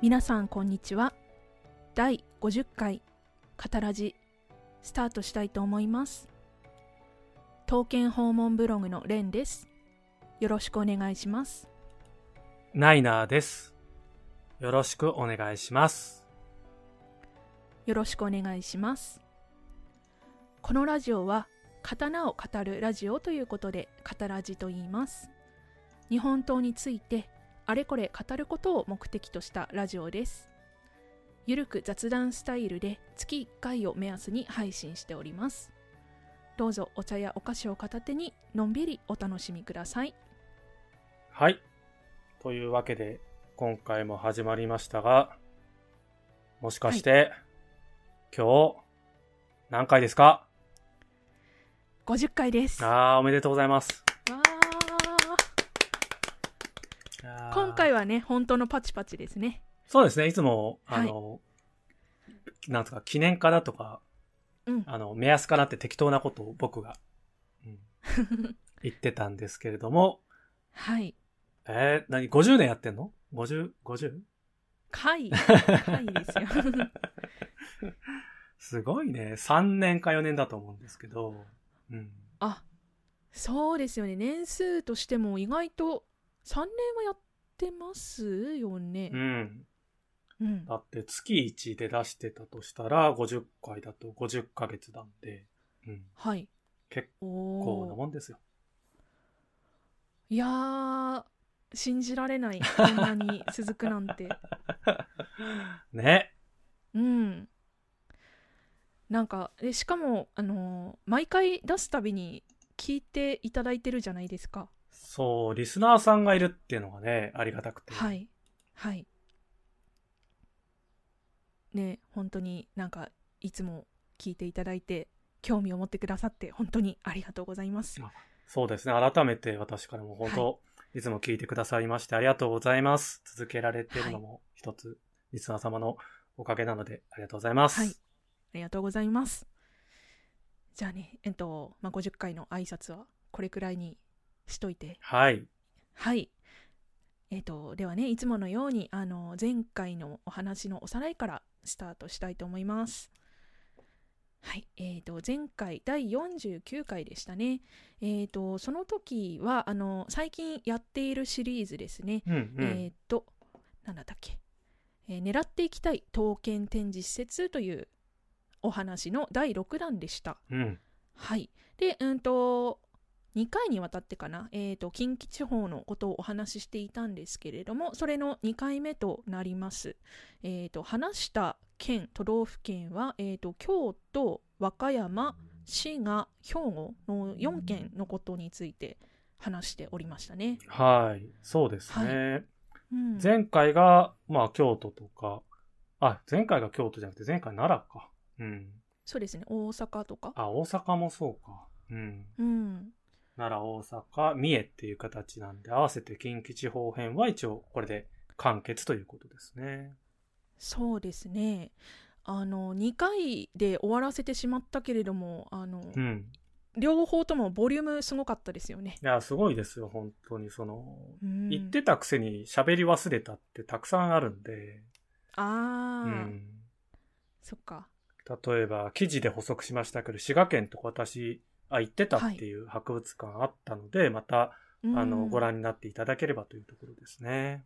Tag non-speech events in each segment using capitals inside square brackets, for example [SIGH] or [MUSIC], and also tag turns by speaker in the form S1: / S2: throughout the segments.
S1: 皆さんこんにちは第50回カタラジスタートしたいと思います刀剣訪問ブログのレンですよろしくお願いします
S2: ナイナーです。よろしくお願いします。
S1: よろしくお願いしますこのラジオは刀を語るラジオということでカタラジと言います日本刀についてあれこれ語ることを目的としたラジオですゆるく雑談スタイルで月1回を目安に配信しておりますどうぞお茶やお菓子を片手にのんびりお楽しみください
S2: はい。というわけで、今回も始まりましたが、もしかして、今日、何回ですか
S1: 50回ですわ
S2: あー、おめでとうございます。
S1: ー今回
S2: は
S1: はね本当のパチパチですね
S2: そうですね、いつも、あの、なんとか記念かなとか、
S1: うん
S2: あの、目安かなって適当なことを僕が、うん
S1: [LAUGHS]
S2: 言ってたんですけれども、
S1: はい
S2: えー、何 ?50 年やってんの ?50、50?
S1: 回回ですよ [LAUGHS]
S2: すごいね。3年か4年だと思うんですけど。うん。
S1: あそうですよね年数としても意外と3年はやってますよね
S2: う、ん。
S1: うん
S2: だって月1で出してたとしたら、50回だと50ヶ月なんで、うん。
S1: はい
S2: 結
S1: お
S2: こうな
S1: お
S2: もんですよ。
S1: いやー信じられないこんなに続くなんて [LAUGHS]
S2: ね。
S1: うんなんかでしかもあのー毎回出すたびに聞いていただいてるじゃないですか
S2: そう、リスナーさんがいるっていうのがね、ありがたくて。。
S1: はいいはいね本当になんかいつも聞いていただいて興味を持ってくださって本当にありがとうございます
S2: そうですね。改めて私からも本当、い、つも聞いてくださいましてありがとうございます。続けられてるのも一つ、リスナー様のおかげなのでありがとうございます。
S1: はいありがとうございますじゃあねえっと、まあ、50回の挨拶はこれくらいにしといて
S2: はい。
S1: はいえっとではねいつものようにあの前回のお話のおさらいからスタートしたいと思いますはいえー、と前回第49回でしたねえー、とその時はあの最近やっているシリーズですね、
S2: うんうん。
S1: えー、となんだったっけ、えー狙っていきたい刀剣展示施設」というお話の第6弾でした
S2: うん。
S1: はい。で、うんと、2回にわたってかな、えーと、近畿地方のことをお話ししていたんですけれども、それの2回目となります。えーと、話した県、都道府県は、えーと、京都、和歌山、滋賀、兵庫の4県のことについて話しておりましたね。
S2: はい。そうですね。
S1: うん、
S2: 前回が、まあ、京都とか、あ、前回が京都じゃなくて、前回奈良か。うん。
S1: そうですね、大阪とか。
S2: あ、大阪もそうか。うん。
S1: うん。
S2: 奈良、大阪、三重っていう形なんで、合わせて近畿地方編は一応、これで完結ということですね。
S1: そうですね。あの、2回で終わらせてしまったけれども、あの、
S2: うん。
S1: 両方ともボリュームすごかったですよね。
S2: いや、すごいですよ、本当に。その、
S1: うん
S2: 言ってたくせに喋り忘れたってたくさんあるんで、
S1: ああ、
S2: うん。
S1: そっか。
S2: 例えば、記事で補足しましたけど、滋賀県とか私、あ、行ってたっていう博物館あったので、また、あ
S1: う
S2: の、
S1: ん
S2: ご覧になっていただければというところですね。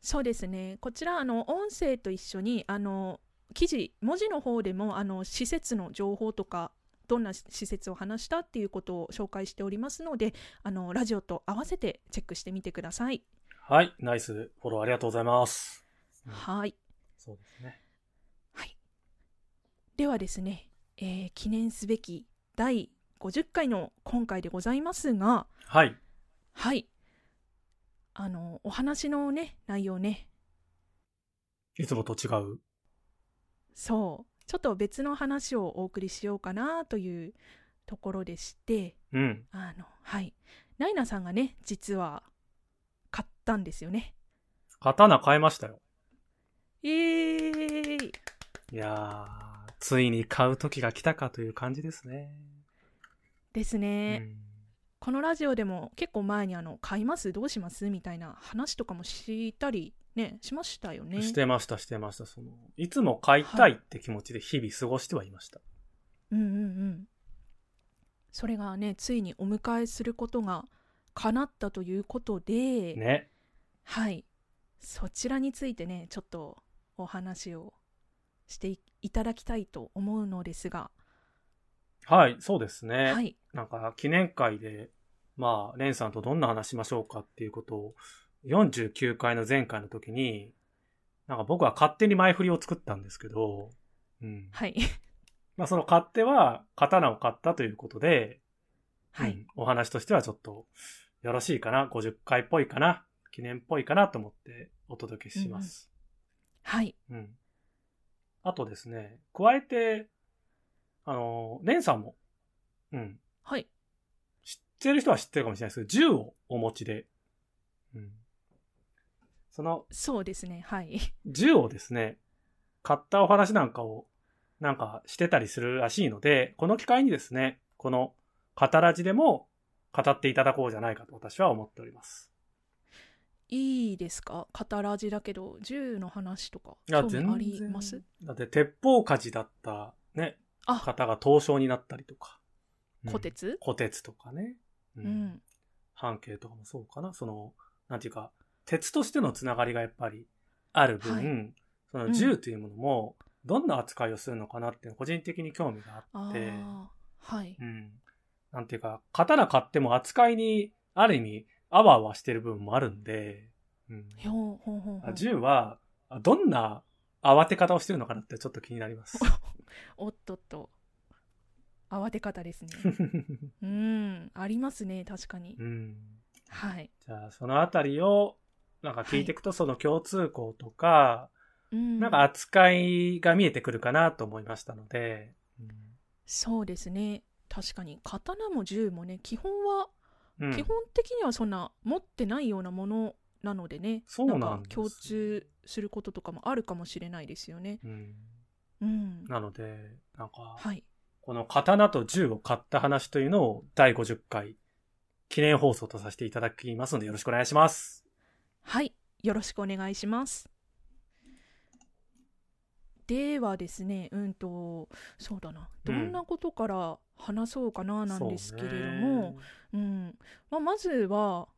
S1: そうですね。こちらあの音声と一緒にあの記事文字の方でもあの施設の情報とかどんな施設を話したっていうことを紹介しておりますので、あのラジオと合わせてチェックしてみてください。
S2: はい、ナイスフォローありがとうございます。うん
S1: はい。
S2: そうですね。
S1: はい。ではですね、えー記念すべき第50回の今回でございますが、
S2: はい。
S1: はい。あの、お話のね、内容ね、
S2: いつもと違う。
S1: そう、ちょっと別の話をお送りしようかなというところでして、
S2: うん。
S1: あの、はい。ナイナさんがね、実は、買ったんですよね。
S2: 刀変えましたよ。
S1: イエーイ
S2: いやー、ついに買う時が来たかという感じですね。
S1: ですね、
S2: うん
S1: このラジオでも結構前にあの買いますどうしますみたいな話とかもしたりねしましたよね。
S2: してました、してました。その、いつも買いたいって気持ちで日々過ごしてはいました。
S1: うんうんうん。それがねついにお迎えすることが叶ったということで、
S2: ね。
S1: はいそちらについてねちょっとお話をしていいただきたいと思うのですが、
S2: はい、そうですね。
S1: はい
S2: なんか、記念会で、まあ、レンさんとどんな話しましょうかっていうことを、49回の前回の時に、なんか僕は勝手に前振りを作ったんですけど、うん。 [LAUGHS]
S1: はい
S2: まあ、その勝手は、刀を買ったということで、
S1: はい、
S2: うんお話としてはちょっと、よろしいかな、50回っぽいかな、記念っぽいかなと思ってお届けします。
S1: はい
S2: うん、あとですね、加えて、あの、レンさんも、うん、
S1: はい
S2: 知ってる人は知ってるかもしれないですけど、銃をお持ちで、うん、その
S1: そうですねはい
S2: 銃をですね、買ったお話なんかを、なんかしてたりするらしいので、この機会にですね、この、語らじでも語っていただこうじゃないかと私は思っております。
S1: いいですか語らじだけど銃の話とか
S2: いや
S1: 興味あります
S2: 全然だって、鉄砲火事だった、ね、
S1: あ
S2: 方が凍傷になったりとか。うん
S1: 虎。鉄
S2: 虎鉄とかね。う
S1: うん、
S2: 半径とかもそうかな。その、なんていうか、鉄としてのつながりがやっぱりある分、
S1: は
S2: そうの
S1: ん
S2: 銃というものも、どんな扱いをするのかなっていうの個人的に興味があ
S1: あ
S2: って、
S1: あはい、
S2: うん。なんていうか、刀買っても扱いに、ある意味、あわあわしてる部分もあるんで、うん、
S1: ほうほうほうほ
S2: あ
S1: う
S2: 銃は、あどんな慌て方をしてるのかなってちょっと気にな
S1: [LAUGHS]
S2: ります。
S1: おっとっと慌て方
S2: [LAUGHS]
S1: ですねうんありますね確かに、
S2: うん、
S1: はい、
S2: じゃあ、そのあたりを、なんか聞いていくと、その共通項とか、
S1: うん、
S2: なんか扱いが見えてくるかなと思いましたので、
S1: そうですね確かに刀も銃もね基本は、
S2: うん
S1: 基本的にはそんな持ってないようなものなのでね
S2: そうなんです
S1: か共通することとかもあるかもしれないですよね
S2: うん
S1: うん
S2: なので、なんか、
S1: はい
S2: この刀と銃を買った話というのを第50回記念放送とさせていただきますのでよろしくお願いします。
S1: はいよろしくお願いしますではですねうんとそうだなどんなことから話そうかななんですけれども、うんまあ、まずは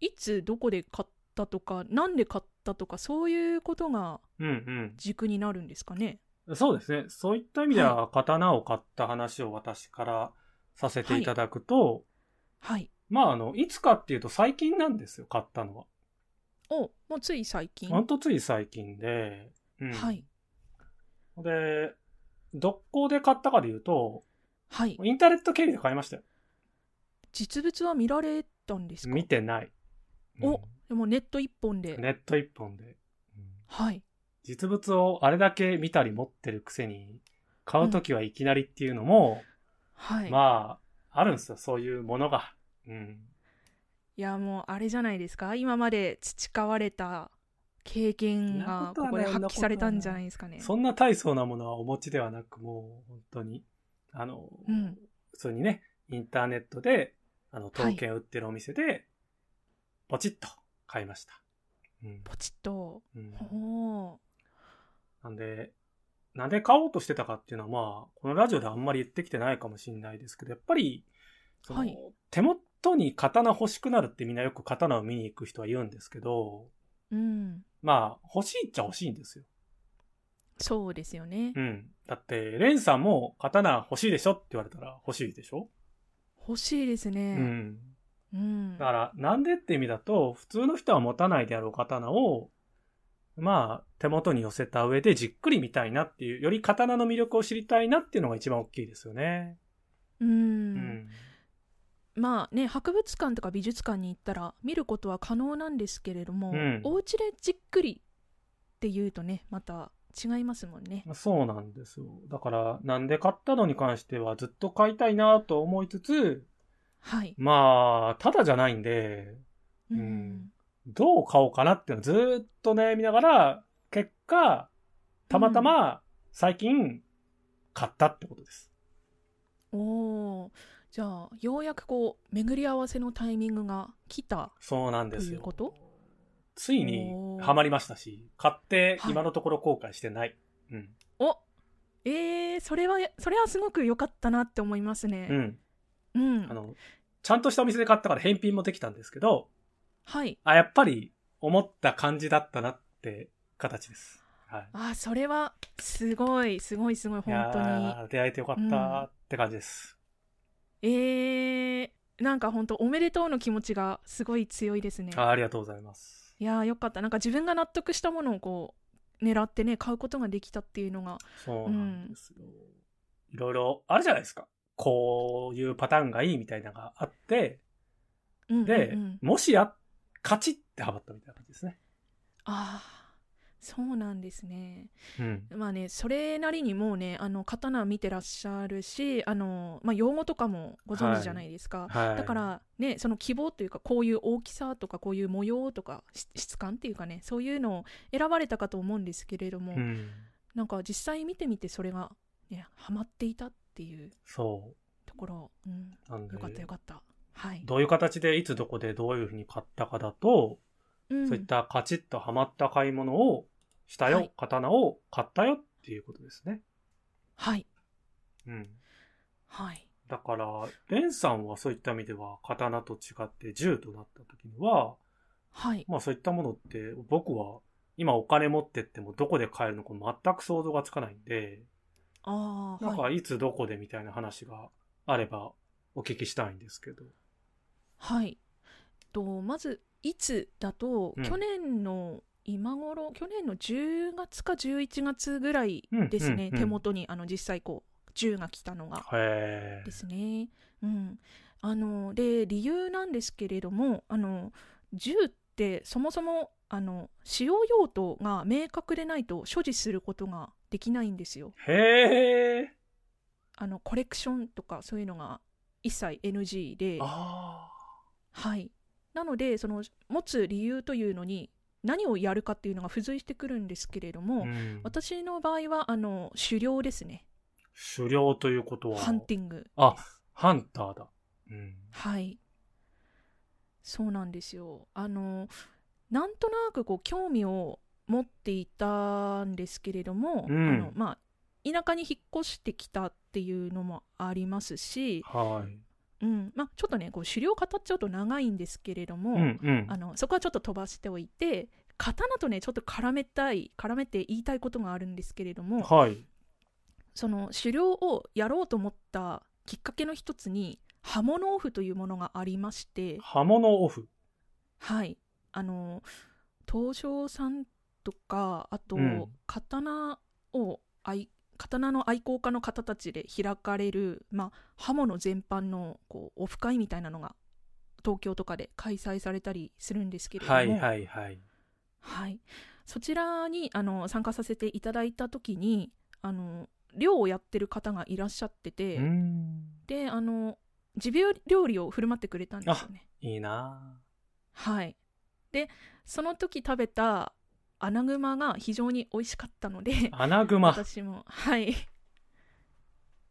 S1: いつどこで買ったとかなんで買ったとかそういうことが
S2: そうね、うん
S1: 軸になるんですかね。
S2: うん。そうですね。そういった意味では、刀を買った話を私からさせていただくと、
S1: はい、
S2: まあ、あの、いつかっていうと最近なんですよ、買ったのは。
S1: おもうつい最近、
S2: ほんとつい最近で、うん
S1: はい
S2: で、どこで買ったかで言うと、
S1: はい
S2: インターネット経由で買いましたよ。
S1: 実物は見られたんですか
S2: 見てない。
S1: お
S2: う
S1: でもネット一本で、
S2: んネット一本で、うん
S1: はい
S2: 実物をあれだけ見たり持ってるくせに、買うときはいきなりっていうのも、
S1: はい、
S2: まあ、あるんですよ、そういうものが。うん。
S1: いやもうあれじゃないですか今まで培われた経験がここで
S2: そんなことはない
S1: 発揮されたんじゃないですかね。
S2: そんな大層なものはお持ちではなく、もう、本当に、あの、
S1: うん
S2: 普通にね、インターネットで、あの、
S1: はい
S2: 刀剣売ってるお店で、ポチッと買いました。うん
S1: ポチッと、
S2: うん
S1: おー
S2: なんで、なんで買おうとしてたかっていうのは、まあ、このラジオであんまり言ってきてないかもしれないですけど、やっぱり、その
S1: はい
S2: 手元に刀欲しくなるってみんなよく刀を見に行く人は言うんですけど、
S1: うん、
S2: まあ、欲しいっちゃ欲しいんですよ。
S1: そうですよね。
S2: うん。だって、レンさんも刀欲しいでしょって言われたら欲しいでしょ、
S1: 欲しいです
S2: う
S1: ね。
S2: ん。
S1: うん。
S2: だから、なんでって意味だと、普通の人は持たないであろう刀を、まあ、手元に寄せた上でじっくり見たいなっていう、より刀の魅力を知りたいなっていうのが一番大きいですよね。
S1: うん
S2: うん
S1: まあね博物館とか美術館に行ったら見ることは可能なんですけれども、
S2: うん
S1: お家でじっくりっていうとねまた違いますもんね。
S2: そうなんですよ。だから、なんで買ったのに関してはずっと買いたいなと思いつつ、
S1: はい。
S2: まあ、ただじゃないんで、
S1: うん
S2: んどう買おうかなっていうのをずーっと悩みながら、結果、たまたま最近買ったってことです。
S1: おーじゃあようやくこう巡り合わせのタイミングが来た
S2: そうなん
S1: と
S2: です
S1: いう
S2: よ
S1: こと
S2: ついに
S1: おー
S2: ハマりましたし買って
S1: はい
S2: 今のところ後悔してない、うん
S1: おえー、それはそれはすごく良かったなって思います
S2: う
S1: ね。
S2: ん、
S1: うん、
S2: あのちゃんとしたお店で買ったから返品もできたんですけど
S1: はい
S2: あやっぱり思った感じだったなって形です、はい、
S1: あそれはすごいすごいすごい
S2: いや
S1: 本当に
S2: ー出会えてよかったって感じです、
S1: えー、なんか本当おめでとうの気持ちがすごい強いですね
S2: あーありがとうございます
S1: いやーよかったなんか自分が納得したものをこう狙ってね買うことができたっていうのが
S2: そうなんですよ、いろいろあるじゃないですかこういうパターンがいいみたいなのがあって
S1: うんうんうん
S2: で、もしや勝ちってハマったみたいな感じですね、
S1: ああそうなんですね
S2: うん、
S1: まあねそれなりにもうねあの刀見てらっしゃるしあの、まあ、用語とかもご存知じゃないですか、
S2: はい
S1: だからねその希望というかこういう大きさとかこういう模様とかし質感っていうかねそういうのを選ばれたかと思うんですけれども、
S2: うん
S1: なんか実際見てみてそれが、ね、ハマっていたっていう
S2: そ
S1: ところ、うん、
S2: うなんで
S1: よかったよかったはい、
S2: どういう形でいつどこでどういうふうに買ったかだと、
S1: うん
S2: そういったカチッとハマった買い物をしたよ、
S1: はい
S2: 刀を買ったよっていうことですね。
S1: はい
S2: うん、
S1: はい
S2: だからレンさんはそういった意味では刀と違って銃となった時には、
S1: はい
S2: まあ、そういったものって僕は今お金持ってってもどこで買えるのか全く想像がつかないんで
S1: ああ
S2: なん
S1: は
S2: か
S1: い、
S2: いつどこでみたいな話があればお聞きしたいんですけど。
S1: はい、とまずいつだと、
S2: うん
S1: 去年の今頃去年の10月か11月ぐらいですね、
S2: うんうんうん
S1: 手元にあの実際こう銃が来たのが
S2: へえ
S1: ですね。うん、あので理由なんですけれどもあの銃ってそもそもあの使用用途が明確でないと所持することができないんですよ。
S2: へえ
S1: あのコレクションとかそういうのが一切 NG で、
S2: あ
S1: はい、なのでその持つ理由というのに何をやるかっていうのが付随してくるんですけれど
S2: あ、
S1: も、
S2: うん
S1: 私の場合はあの狩猟ですね
S2: 狩猟ということは
S1: ハンティング
S2: あハンターだ、うん、
S1: はいそうなんですよあのなんとなくこう興味を持っていたんですけれども、
S2: うん
S1: あのまあ、田舎に引っ越してきたっていうのもありますし、
S2: はい
S1: うんまあ、ちょっとねこう狩猟語っちゃうと長いんですけれども、
S2: うんうん
S1: あのそこはちょっと飛ばしておいて刀とねちょっと絡めたい絡めて言いたいことがあるんですけれども
S2: はい
S1: その狩猟をやろうと思ったきっかけの一つに刃物オフというものがありまして
S2: 刃物オフ
S1: はいあの東証さんとかあと、
S2: うん
S1: 刀を愛刀の愛好家の方たちで開かれる、まあ、刃物全般のこうオフ会みたいなのが東京とかで開催されたりするんですけれども、
S2: はいはいはい
S1: はい、そちらにあの参加させていただいた時にあの漁をやってる方がいらっしゃってて、
S2: うん
S1: であのジビエ料理を振る舞ってくれたんですよね。
S2: いいな
S1: はい、でその時食べたアナグマが非常に美味しかったの
S2: [LAUGHS]
S1: で
S2: あアナグマ
S1: 私もはい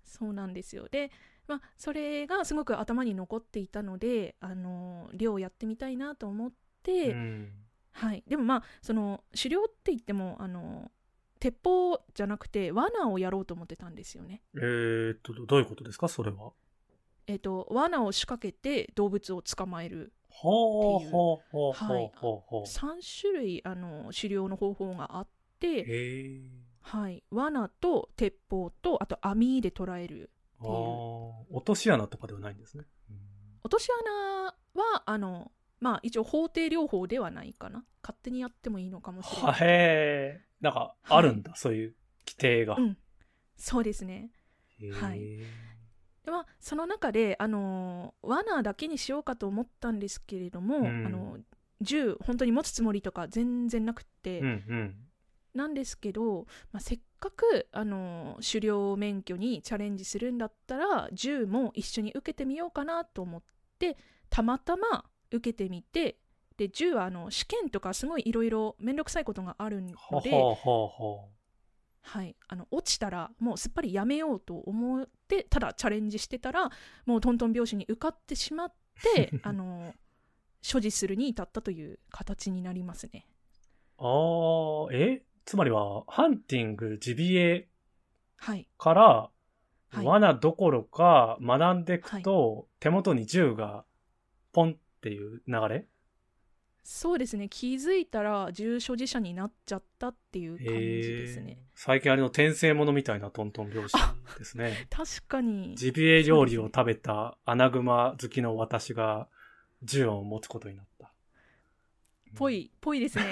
S1: そうなんですよで、まあ、それがすごく頭に残っていたのであの漁をやってみたいなと思って、
S2: うん
S1: はい、でもまあその狩猟って言ってもあの鉄砲じゃなくて罠をやろうと思ってたんですよね。
S2: えー、っとどどういうことですかそれは
S1: えっと罠を仕掛けて動物を捕まえる
S2: ほ
S1: っていう
S2: うほうほう
S1: は
S2: ほ
S1: いう
S2: ほうほう
S1: 3種類あの狩猟の方法があって、
S2: へえ
S1: はい、罠と鉄砲とあと網で捕らえる
S2: ああ落とし穴とかではないんですね、
S1: 落とし穴はあのまあ一応法定療法ではないかな勝手にやってもいいのかもしれ
S2: は
S1: ない。
S2: へえなんかあるんだ、そういう規定が、
S1: うん、そうですね
S2: へえ
S1: はいではその中で、あのー罠だけにしようかと思ったんですけれども、
S2: うん
S1: あの銃本当に持つつもりとか全然なくって、
S2: うんうん
S1: なんですけど、まあ、せっかく、あのー狩猟免許にチャレンジするんだったら銃も一緒に受けてみようかなと思ってたまたま受けてみてで銃はあの試験とかすごいいろいろ面倒くさいことがあるの
S2: ほう
S1: で
S2: ほうほうほ
S1: はい、あの落ちたらもうすっぱりやめようと思ってただチャレンジしてたらもうトントン拍子に受かってしまって [LAUGHS] あの所持するに至ったという形になりますね。
S2: ああ、えつまりは、ハンティング、ジビエ
S1: はい、
S2: から、
S1: はい
S2: 罠どころか学んでいくと、手元に銃がポンっていう流れ
S1: そうですね気づいたら重所持者になっちゃったっていう感じですね。
S2: えー最近あれの転生ものみたいなトントン拍子です
S1: [LAUGHS]
S2: ね。
S1: 確かに
S2: ジビエ料理を食べたアナグマ好きの私が銃を持つことになった。
S1: ぽいぽいですね。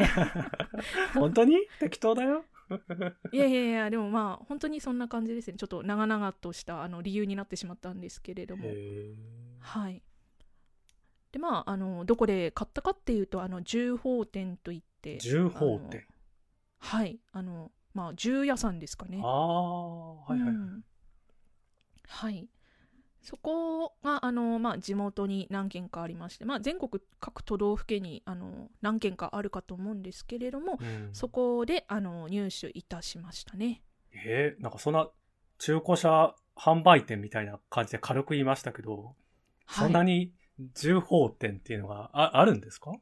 S2: 本当に適当
S1: [LAUGHS]
S2: だよ。
S1: いやいやいやでもまあ本当にそんな感じですねちょっと長々としたあの理由になってしまったんですけれども。
S2: へ
S1: はい。でまああのどこで買ったかっていうとあの銃砲店といって
S2: ー銃砲店。
S1: あのはいあのまあ銃屋さんですかね
S2: ああ、はいはい。
S1: うんはいそこがあの、まあ、地元に何軒かありまして、まあ、全国各都道府県にあの何軒かあるかと思うんですけれども、
S2: うん
S1: そこであの入手いたしましたね
S2: えーなんかそんな中古車販売店みたいな感じで軽く言いましたけど、
S1: はい
S2: そんなに銃砲店っていうのがああるんですか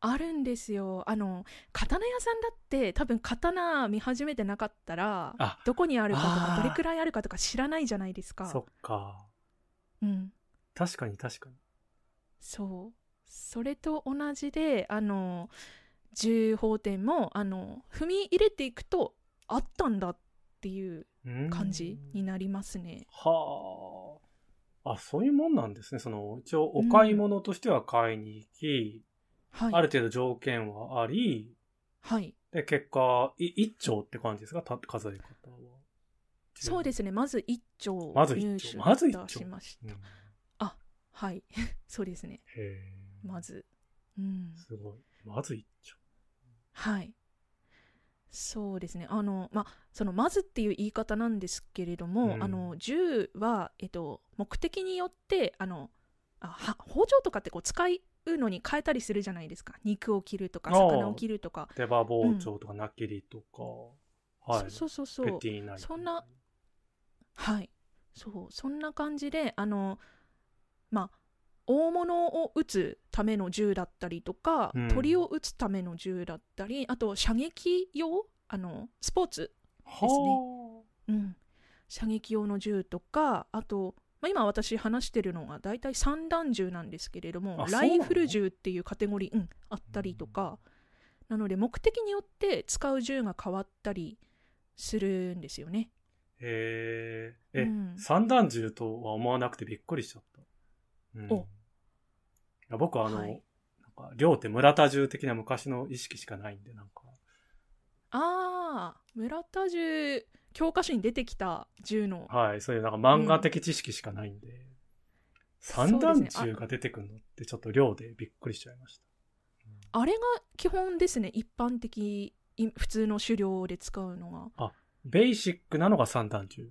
S1: あるんですよあの刀屋さんだって多分刀見始めてなかったら
S2: あ
S1: どこにあるかと
S2: あ
S1: か
S2: ー
S1: どれくらいあるかとか知らないじゃないですか
S2: そっか。
S1: うん、
S2: 確かに確かに。
S1: そうそれと同じであの銃砲店もあの踏み入れていくとあったんだっていう
S2: うん
S1: 感じになりますね、
S2: はあ。あ、そういうもんなんですね。その、一応お買い物としては買いに行き、
S1: は
S2: あ
S1: い、
S2: る程度条件はあり、
S1: はい、
S2: で、結果、い一丁って感じですかた数え方は。
S1: そうですねまず1丁
S2: まず
S1: 入
S2: 一
S1: 手
S2: 丁まず
S1: い
S2: 一丁
S1: たしまし
S2: うん。
S1: た、
S2: へ
S1: はい [LAUGHS] そうですね
S2: え。
S1: まずうん
S2: すごい。まず一丁。
S1: はい。そうですね。あの、まあ、その、まずっていう言い方なんですけれども、
S2: うん
S1: あの、銃は、えっと、目的によって、あの、あは包丁とかってこう使うのに変えたりするじゃないですか。肉を切るとか、
S2: あー
S1: 魚を切るとか。
S2: 手羽包丁とか、なきりとか、はい。
S1: そうそうそう
S2: ペ
S1: そう。
S2: ティナイフ
S1: そんなはい。そう。そんな感じで、あの、まあ、大物を撃つための銃だったりとか、
S2: うん
S1: 鳥を撃つための銃だったり、あと射撃用あの、スポーツ
S2: は
S1: ですう
S2: あ。
S1: ん、射撃用の銃とかあと、まあ、今私話してるのが大体散弾銃なんですけれども
S2: あそう
S1: ラ
S2: なの
S1: イフル銃っていうカテゴリー、うん、あったりとか、なので目的によって使う銃が変わったりするんですよね。
S2: へえ。え、
S1: うん
S2: 三段銃とは思わなくてびっくりしちゃった。うん、
S1: お
S2: いや僕はあの、
S1: はい
S2: なんか両手村田銃的な昔の意識しかないんで、なんか。
S1: ああ村田銃教科書に出てきた銃の
S2: はい、そういうなんか漫画的知識しかないんで。三
S1: そう
S2: 段
S1: ですね
S2: 銃が出てくるのってちょっと量でびっくりしちゃいました。
S1: あれが基本ですね一般的い普通の狩猟で使うのが。
S2: ベーシックなのが三段銃。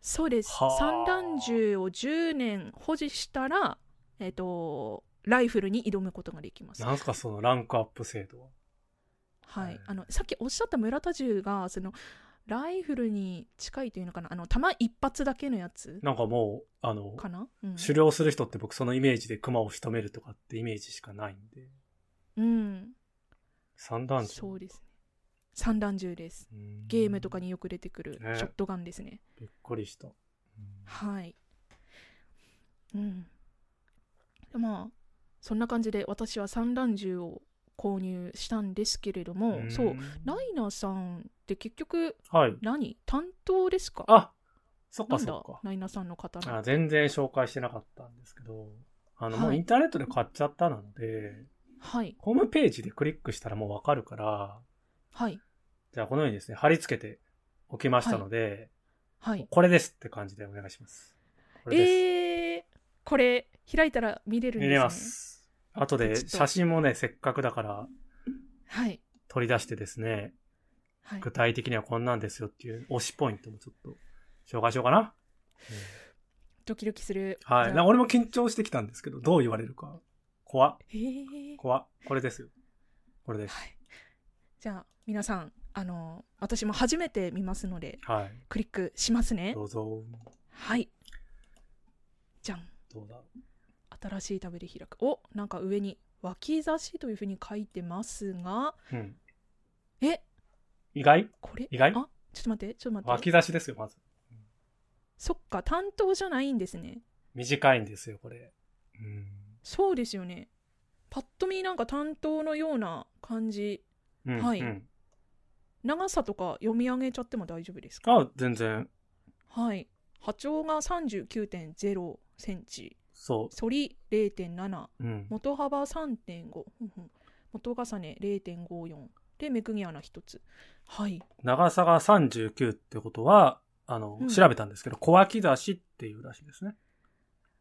S1: そうです
S2: はあ
S1: 散弾銃を10年保持したら、えっとライフルに挑むことができます。
S2: なんすかそのランクアップ制度は。
S1: は
S2: へえ
S1: い、あのさっきおっしゃった村田銃がそのライフルに近いというのかなあの弾一発だけのやつ
S2: なんかもう、あの、
S1: かな、うん
S2: 狩猟する人って僕そのイメージで熊を仕留めるとかってイメージしかないんで。
S1: うん、
S2: 三段銃。
S1: そうですね散弾銃です
S2: うん
S1: ゲームとかによく出てくる
S2: ね
S1: ショットガンですね
S2: びっくりした。
S1: はい。うん。まあ、そんな感じで私は散弾銃を購入したんですけれども、
S2: ん
S1: そう、ライナーさんって結局
S2: はい。
S1: 何担当ですか
S2: あ、そっ
S1: な
S2: か
S1: ん
S2: そ
S1: だ
S2: っ
S1: ライナーさんの方
S2: か。あ
S1: の。
S2: 全然紹介してなかったんですけど、あの、
S1: はい
S2: もうインターネットで買っちゃったなので、
S1: はい、
S2: ホームページでクリックしたらもうわかるから、
S1: はい、
S2: じゃあこのようにですね、貼り付けておきましたので、
S1: はい。
S2: これですって感じでお願いします。これです。
S1: えー、これ開いたら見れるんで
S2: 見
S1: すね。
S2: れます。後で
S1: ちょっと
S2: 写真もね、せっかくだから
S1: はい、
S2: 取り出してですね、
S1: はい。
S2: 具体的にはこんなんですよっていう推しポイントもちょっと紹介しようかな。うん
S1: ドキドキする。
S2: はい。
S1: じゃあ
S2: なんか俺も緊張してきたんですけど、どう言われるか。怖っ
S1: へー
S2: 怖っこれですよ。これです。
S1: はい。じゃあ、皆さん、あの私も初めて見ますので
S2: はい。
S1: クリックしますね
S2: どうぞ。
S1: はいじゃん
S2: どうだろう。
S1: 新しいタブで開くおなんか上に脇差しというふうに書いてますが
S2: うん。
S1: え
S2: 意外
S1: これ
S2: 意外
S1: あちょっと待ってちょっと待って
S2: 脇差しですよ、まず。
S1: そっか担当じゃないんですね
S2: 短いんですよ、これ。うん。
S1: そうですよねパッと見なんか担当のような感じ
S2: うん、
S1: はい
S2: うん。
S1: 長さとか読み上げちゃっても大丈夫ですか
S2: あ、全然。
S1: はい波長が39.0センチ
S2: そ
S1: 反り0.7
S2: う。うん。
S1: 元幅3.5ふんふん元重ね0.54で目くぎ穴1つはい
S2: 長さが39ってことは、あの、
S1: うん
S2: 調べたんですけど、小脇差しっていうらしいですね。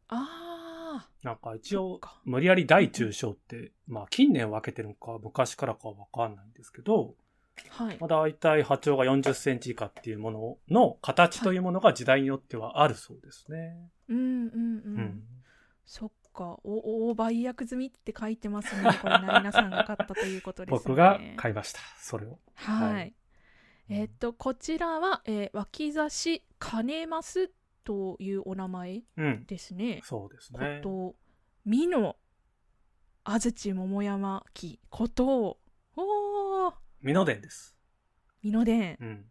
S1: あー
S2: なんか一
S1: そっ
S2: 応
S1: か、
S2: 無理やり大中小って、まあ近年分けてるのか昔からかはわかんないんですけど、
S1: はい
S2: まあ、大体波長が40センチ以下っていうものの形というものが時代によってはあるそうですね。
S1: うんうんうん、
S2: うん。
S1: そっかおお売約済みって書いてますねこれ [LAUGHS] ナイナさんが買ったということですね
S2: 僕が買いました。それを。
S1: はい、
S2: はい
S1: えっとこちらは、えー、脇差し金ますというお名前
S2: うん。
S1: ですね。
S2: そうです
S1: こ
S2: ね。
S1: と美濃安土桃山記ことおお
S2: 美濃伝です。
S1: 美濃伝
S2: うん。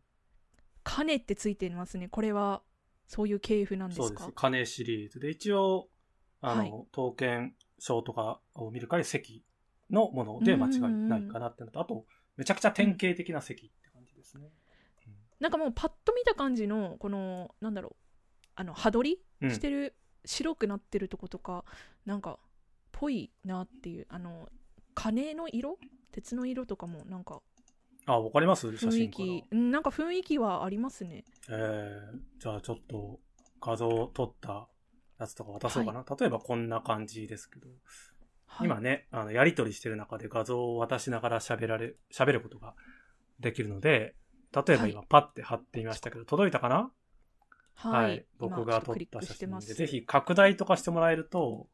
S1: 金ってついてますね。これはそういう系譜なんで
S2: そう
S1: す
S2: で
S1: か
S2: す。。金シリーズで、一応、あの、
S1: はい
S2: 刀剣賞とかを見る限り、関のもので間違いないかなってのと、あと、めちゃくちゃ典型的な関って感じですね。
S1: なんかもうパッと見た感じのこのなんだろうあの歯取
S2: うん
S1: りしてる、白くなってるとことかなんかぽいなっていうあの金の色鉄の色とかもなんか
S2: あ、わかります
S1: 雰
S2: 写
S1: 囲
S2: 真から。
S1: 気うんなんか雰囲気はありますね
S2: えー、じゃあちょっと画像を撮ったやつとか渡そうかな。例えばこんな感じですけど、
S1: はい
S2: 今ね、あの、やりとりしてる中で画像を渡しながら喋られ、喋ることができるので、例えば今パッて貼ってみましたけど、届いたかな
S1: はい、今
S2: 僕が
S1: ちょっ
S2: 撮
S1: と
S2: っ
S1: クリッ
S2: た
S1: クし
S2: 写
S1: て
S2: 真
S1: ま
S2: ですぜひ拡大とかしてもらえると、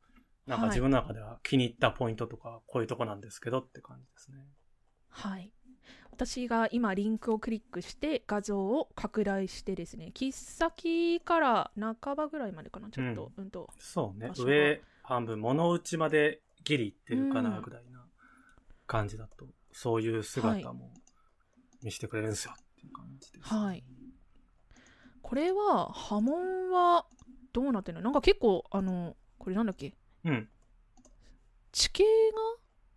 S2: なんか
S1: はい
S2: 自分の中では気に入ったポイントとか、こういうとこなんですけどって感じですね。
S1: はい私が今リンクをクリックして画像を拡大してですね切っ先から半ばぐらいまでかなちょっと、うん、と
S2: そうね
S1: 場。所が
S2: 上半分、物内までギリいってるか
S1: う
S2: なんぐらいな感じだと、そういう姿も見せてくれるんですよっていう感じです。
S1: はい。これは波紋はどうなってるのなんか結構あのこれなんだっけ
S2: うん。
S1: 地形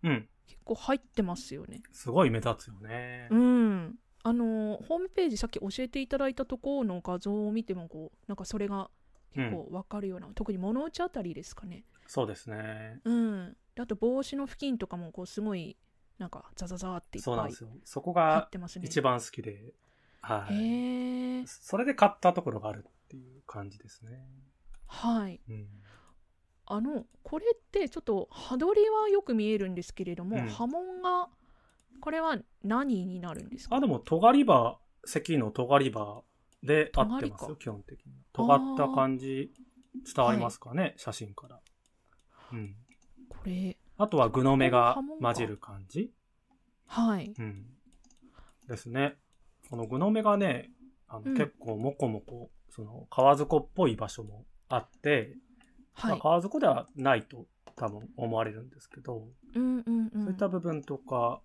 S1: が
S2: うん。
S1: 結構入ってますよね
S2: すごい目立つよね
S1: う。んあのホームページさっき教えていただいたところの画像を見てもこうなんかそれが結構わかるような、特に物内あたりですかね
S2: そうですね。
S1: うんであと帽子の付近とかもこうすごいなんかザザザーっていっ
S2: そうなん
S1: ぱい
S2: ですよ。そこ
S1: 入
S2: が
S1: ってますね
S2: 一番好きで、は
S1: へ
S2: い。
S1: え
S2: それで買ったところがあるっていう感じですね。
S1: はい
S2: うん。
S1: あのこれってちょっと歯取りはよく見えるんですけれども、
S2: うん
S1: 波紋がこれは何になるんですか
S2: あ、でも、尖り刃、関の尖り刃で合ってます
S1: 尖り
S2: よ、
S1: か
S2: 基本的に。尖った感じ、伝わりますかね、写真から。うん。
S1: これ
S2: あとは、具の目が
S1: ここの刃文か
S2: 混じる感じ
S1: はい
S2: うん。ですね。この具の目がね、あの
S1: うん
S2: 結構もこもこ、その、川底っぽい場所もあって、
S1: は
S2: まあ
S1: い
S2: 川底ではないと多分思われるんですけど、
S1: うんうんうん
S2: そういった部分とか、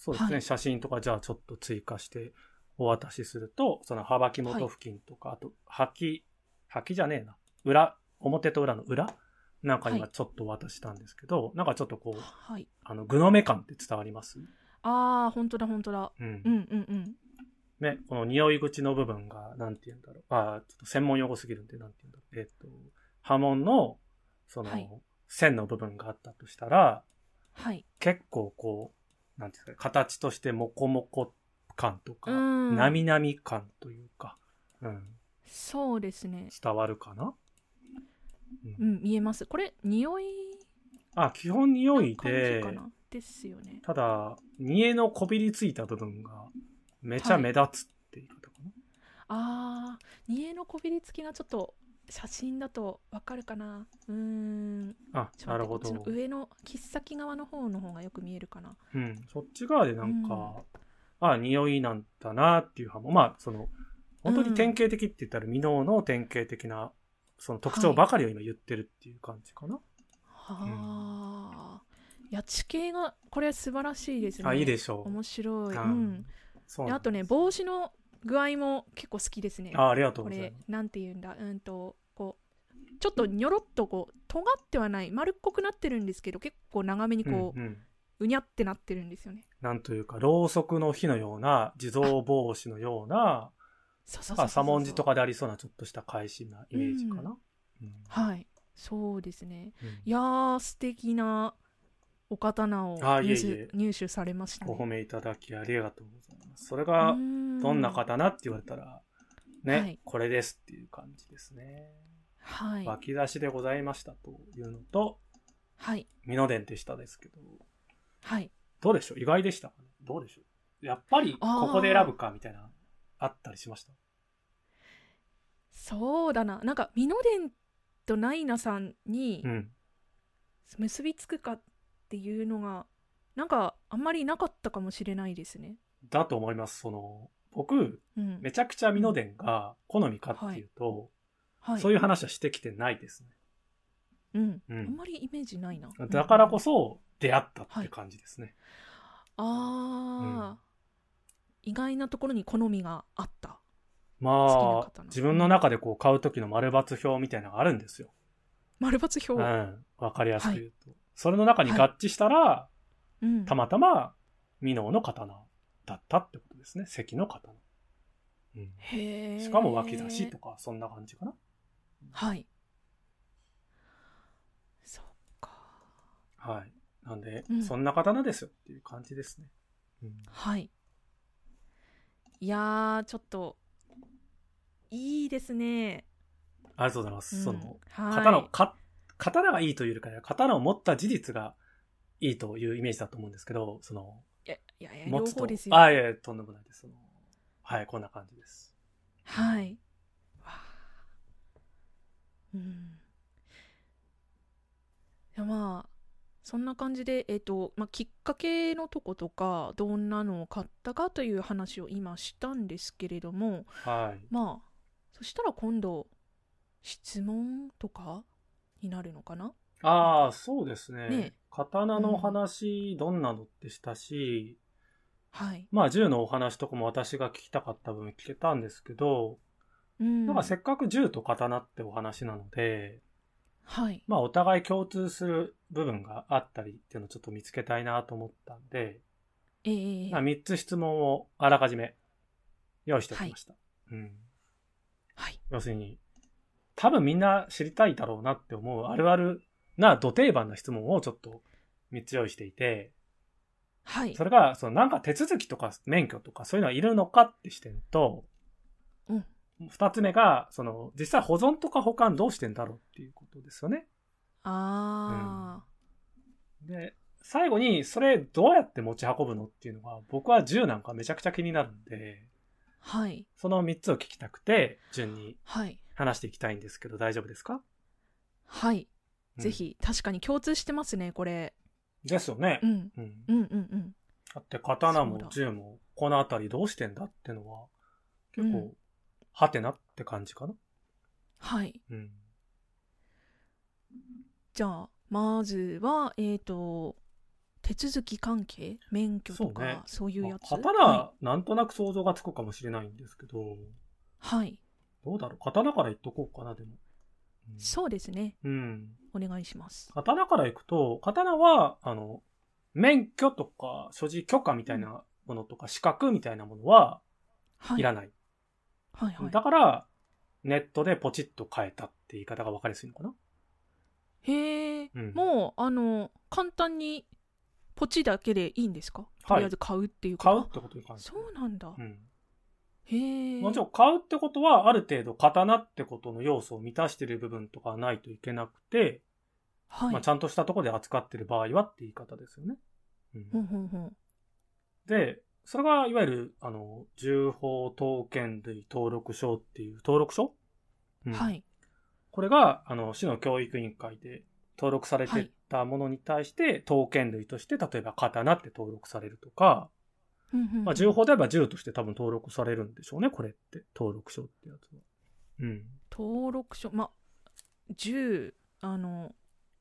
S2: そうですね、
S1: はい
S2: 写真とかじゃあちょっと追加してお渡しすると、その幅木元付近とか、あと、履き、履きじゃねえな、裏、表と裏の裏なんかには
S1: はい
S2: ちょっとお渡ししたんですけど、なんかちょっとこう、
S1: はい
S2: あの、具の目感って伝わります
S1: ああ本当だ本当だ
S2: うん
S1: うんうんうん
S2: ね、この匂い口の部分が、なんて言うんだろう。あーちょっと専門用語すぎるんで、なんて言うんだろう。えっ、と、波紋の、その、
S1: はい
S2: 線の部分があったとしたら、
S1: はい
S2: 結構こう、なんていうんですか、形としてモコモコ感とか、
S1: うん
S2: なみなみ感というか、うん、
S1: そうですね
S2: 伝わるかな、う
S1: うんん見えますこれ匂い
S2: あ、基本匂い
S1: 感じ
S2: で
S1: か、なですよね
S2: ただ、煮えのこびりついた部分が、めちゃ目立つっていう言い方かな。
S1: あー煮えのこびりつきがちょっと写真だとわかるかなうーんち
S2: あ、
S1: ょっ
S2: な
S1: と
S2: る
S1: 待
S2: ほ
S1: ってこっ
S2: ど
S1: ち。の上の切っ先側の方の方がよく見えるかな
S2: うん、そっち側でなんか、
S1: うん
S2: ああ、匂いなんだなっていう派も、まあ、その、本当に典型的って言ったら、未納の典型的な、その特徴ばかりを今言ってるっていう感じかな。
S1: はあ、いや地形がこれ素晴らしいですね
S2: あ、いいでしょう。
S1: 面白い、
S2: あ
S1: うん、
S2: そう
S1: で
S2: な
S1: あ
S2: ん
S1: とね帽子の具合も結構好きですね
S2: あありがとう
S1: こ
S2: ござい
S1: れ
S2: ます。
S1: なんて言うんだうんとこうちょっとにょろっとこう尖ってはない丸っこくなってるんですけど結構長めにこう、
S2: うんうん
S1: うにゃってなってるんですよね
S2: なんというか、ろうそくの火のような、地蔵帽子のような、
S1: そうそうそうそう
S2: まあ、左文字とかでありそうなちょっとした返しなイメージかな。うん
S1: はいそうですね
S2: うん
S1: いやー素敵なお刀を
S2: あいえいえ
S1: 入手入手されましたね
S2: お褒めいただきありがとうございます。それ
S1: う
S2: が、
S1: ー
S2: どんな刀って言われたら、ね、
S1: はい
S2: これですっていう感じですね。
S1: はい
S2: 脇出しでございましたというのと、
S1: はい
S2: 美濃伝手下ですけど、
S1: はい
S2: どうでしょう意外でしたかねどうでしょうやっぱり、
S1: あー
S2: ここで選ぶかみたいな、あったりしました
S1: そうだななんか美濃伝とナイナさんに
S2: うん。
S1: 結びつくかっていうのがなんかあんまりなかったかもしれないですね
S2: だと思います。その、僕、
S1: うん
S2: めちゃくちゃ美濃伝が好みかっていうと、
S1: はい
S2: そういう話はしてきてないですね。
S1: うん
S2: う
S1: あん
S2: ん。
S1: まりイメージないな
S2: だからこそ、出会ったっていう感じですね。
S1: あー、意外なところに好みがあった好き
S2: ま
S1: な
S2: あ
S1: 刀、
S2: 自分の中でこう買う時の丸抜表みたいなのがあるんですよ。
S1: 丸抜
S2: う
S1: 表、
S2: ん。わかりやすく言うと。それの中に合致したら、
S1: うん、
S2: たまたま、ミノーの刀だったってことですね。関の刀。うん。
S1: へー
S2: しかも脇差しとか、そんな感じかな。
S1: はいそっか
S2: はい。なんで、
S1: うん
S2: そんな刀ですよっていう感じですね。うん。
S1: はいいやーちょっといいですね、
S2: ありがとうございま
S1: う
S2: す。
S1: ん
S2: その、
S1: はい
S2: 刀をか、刀がいいというよりかは、刀を持った事実がいいというイメージだと思うんですけど、その、
S1: いやいやいや
S2: 持
S1: 両
S2: つと
S1: 方です。よ
S2: あ、いやいや、とんでもないです。そのはい、こんな感じです。
S1: はい。わあうん。いやまあそんな感じでえっ、とまあきっかけのとことかどんなのを買ったかという話を今したんですけれども、
S2: はい。
S1: まあそしたら今度質問とかになるのかな。
S2: ああ、そうですね。
S1: ね
S2: 刀の話、どんなのってしたし、
S1: はい。
S2: まあ銃のお話とかも私が聞きたかった分聞けたんですけど、
S1: うん。
S2: なんかせっかく銃と刀ってお話なので、
S1: はい。
S2: まあお互い共通する部分があったりっていうのをちょっと見つけたいなと思ったんで、
S1: ええ
S2: まあ3つ質問をあらかじめ用意しておきました。うん、
S1: はい。
S2: 要するに、多分みんな知りたいだろうなって思うあるあるな土定番な質問をちょっと3つ用意していて、
S1: はい
S2: そ。れが、そのなんか手続きとか免許とかそういうのはいるのかって視点と、
S1: うん
S2: 二つ目が、その、実際保存とか保管どうしてんだろうっていうことですよね。
S1: ああ、
S2: で、最後に、それどうやって持ち運ぶのっていうのが、僕は銃なんかめちゃくちゃ気になるんで、
S1: はい
S2: その三つを聞きたくて、順に
S1: はい
S2: 話していきたいんですけど、大丈夫ですか
S1: はい。
S2: うん
S1: ぜひ確かに共通してますねこれ。
S2: ですよね
S1: う。ん
S2: うん。
S1: うんうんうん
S2: だって、刀
S1: そう
S2: も
S1: だ
S2: 銃も、このあたりどうしてんだってのは、結
S1: う
S2: 構、はてなって感じかな。
S1: はい
S2: うん。
S1: じゃあまずはえっ、と手続き関係免許とか
S2: そ
S1: そうう,、
S2: ね
S1: いうやつ
S2: まあ刀、
S1: は
S2: なんとなく想像がつくかもしれないんですけど、
S1: い、はい
S2: どうだろう刀から言っとこうかな、でも。うん
S1: そうですね
S2: うん。
S1: お願いします
S2: 刀から行くと、刀は、あの、免許とか、所持許可みたいなものとか、資格みたいなものは
S1: はい
S2: いら
S1: ない
S2: ない。
S1: はいはい
S2: だから、ネットでポチッと変えたって言い方が分かりやすいのかな
S1: へえ、
S2: うん
S1: もうあの簡単にポチだけでいいんですか、とりあえず買うっていうこ
S2: 買
S1: と
S2: うってことに関
S1: あ
S2: して。
S1: そうなんだ、
S2: うん。
S1: へえ
S2: もちろん買うってことは、ある程度刀ってことの要素を満たしている部分とかはないといけなくて、
S1: はい、
S2: まあちゃんとしたところで扱ってる場合はって言い方ですよね。うん
S1: ほんほんほん
S2: で、それがいわゆる、あの、重法刀剣類登録証っていう登録証、うん
S1: はい
S2: これが、あの、市の教育委員会で登録され
S1: は
S2: て
S1: い
S2: たものに対して、刀剣類として、例えば刀って登録されるとか、
S1: うんうんうん
S2: まあ、銃法であれば銃として多分登録されるんでしょうね、これって。登録書ってやつは。うん。
S1: 登録書まあ10あの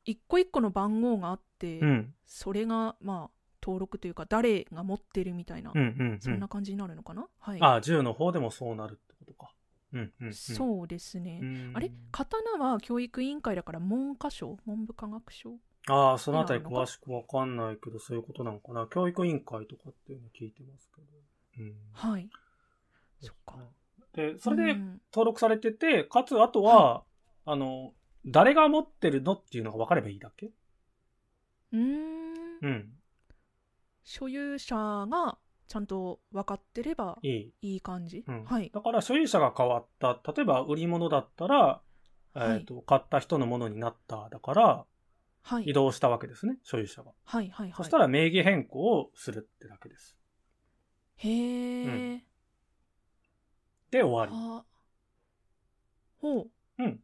S1: 一個一個の番号があって、
S2: うん。
S1: それがまあ登録というか誰が持ってるみたいな、
S2: うんうん、う
S1: そん
S2: ん。
S1: な感じになるのかなはい
S2: ああ、銃の方でもそうなるってことか。うんうん、うん。
S1: そうですね、
S2: うん
S1: あれ刀は教育委員会だから文科省文部科学省
S2: ああ、そのあたり詳しくわかんないけど、そういうことなのかな。教育委員会とかっていうの聞いてますけど。うん。
S1: はいそっか。
S2: で、それ
S1: う
S2: で
S1: ん
S2: 登録されてて、かつ、あとは、あの、誰が持ってるのっていうのが分かればいいだけ
S1: うーん
S2: うん。
S1: 所有者がちゃんと分かってれば
S2: いい。
S1: いい感じ、
S2: うん
S1: はい
S2: だから所有者が変わった。例えば売り物だったら、え
S1: はい
S2: っと買った人のものになった。だから、
S1: はい
S2: 移動したわけですね、所有者が。
S1: はいはいはい
S2: そしたら名義変更をするってだけです。
S1: へえ、
S2: で、終わ
S1: あほう
S2: うん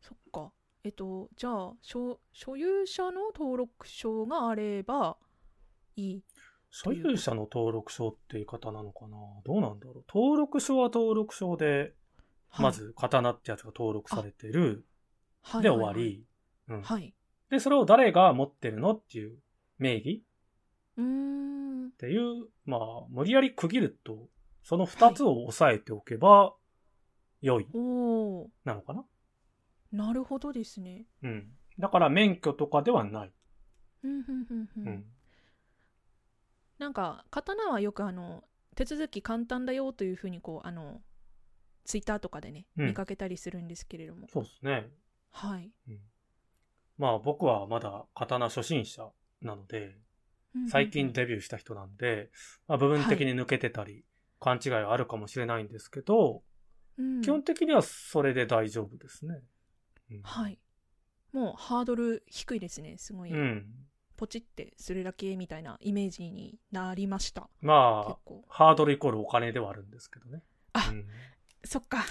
S1: そっかえっとじゃあ所所有者の登録証があればいい
S2: り。所有者の登録証っていう言い方なのかなどうなんだろう。登録証は登録証で、
S1: はい
S2: まず刀ってやつが登録されてる。
S1: はい
S2: で、
S1: はい
S2: 終わり。うん
S1: はい、はい、
S2: で、それを誰が持ってるのっていう名義
S1: うーん
S2: っていう、まあ、無理やり区切ると、その二つを押さえておけば、良い、
S1: おー
S2: なのかな
S1: なるほどですね
S2: うん。だから免許とかではない。
S1: うんうんうんう、
S2: うんん。
S1: なんか刀はよくあの手続き簡単だよというふうにこうあのツイッターとかでね、
S2: うん
S1: 見かけたりするんですけれども
S2: そうですね。
S1: はい、
S2: まあ僕はまだ刀初心者なので、
S1: うんうん
S2: 最近デビューした人なんで、まあ、部分的に抜けてたり、勘違いはあるかもしれないんですけど、
S1: うん
S2: 基本的にはそれで大丈夫ですね。うん
S1: はいもうハードル低いですねすごい、
S2: うん。
S1: ポチってするだけみたいなイメージになりました結
S2: まあ、
S1: 構
S2: ハードルイコールお金ではあるんですけどね。
S1: あ
S2: うん
S1: そっか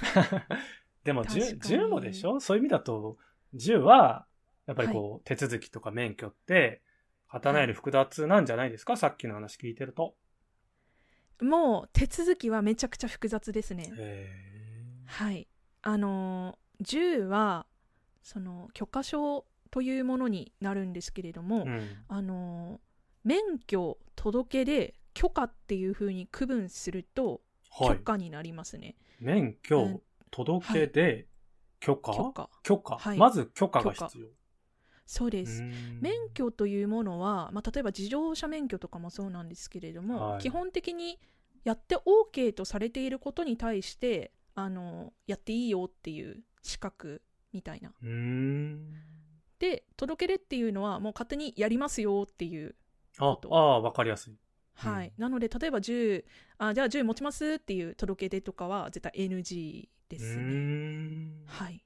S1: [LAUGHS]
S2: でも
S1: 確か
S2: 銃
S1: に
S2: 銃もでしょそういう意味だと、銃は、やっぱりこう、手続きとか免許って、刀より複雑なんじゃないですか、さっきの話聞いてると。
S1: もう手続きはめちゃくちゃ複雑ですね
S2: へ
S1: はいあのー銃はその許可証というものになるんですけれども、
S2: ーうん。
S1: あのー免許届で許可っていう風に区分すると
S2: は
S1: 許
S2: い。
S1: 可になりますね、
S2: 免
S1: うん
S2: 許、届けで、許可
S1: 許可
S2: 許可
S1: はい
S2: まず許可が
S1: 許可
S2: 必要。
S1: そうです、
S2: うん
S1: 免許というものは、まあ、例えば自動車免許とかもそうなんですけれども、
S2: はい
S1: 基本的にやって OK とされていることに対してあのやっていいよっていう資格みたいな。
S2: うん。
S1: で届け出っていうのはもう勝手にやりますよっていう。
S2: あ、ああ、わかりやすい。
S1: はい
S2: うん
S1: なので例えば銃あじゃあ銃持ちますっていう届け出とかは絶対 NG で
S2: う
S1: すね。
S2: ん。
S1: はい、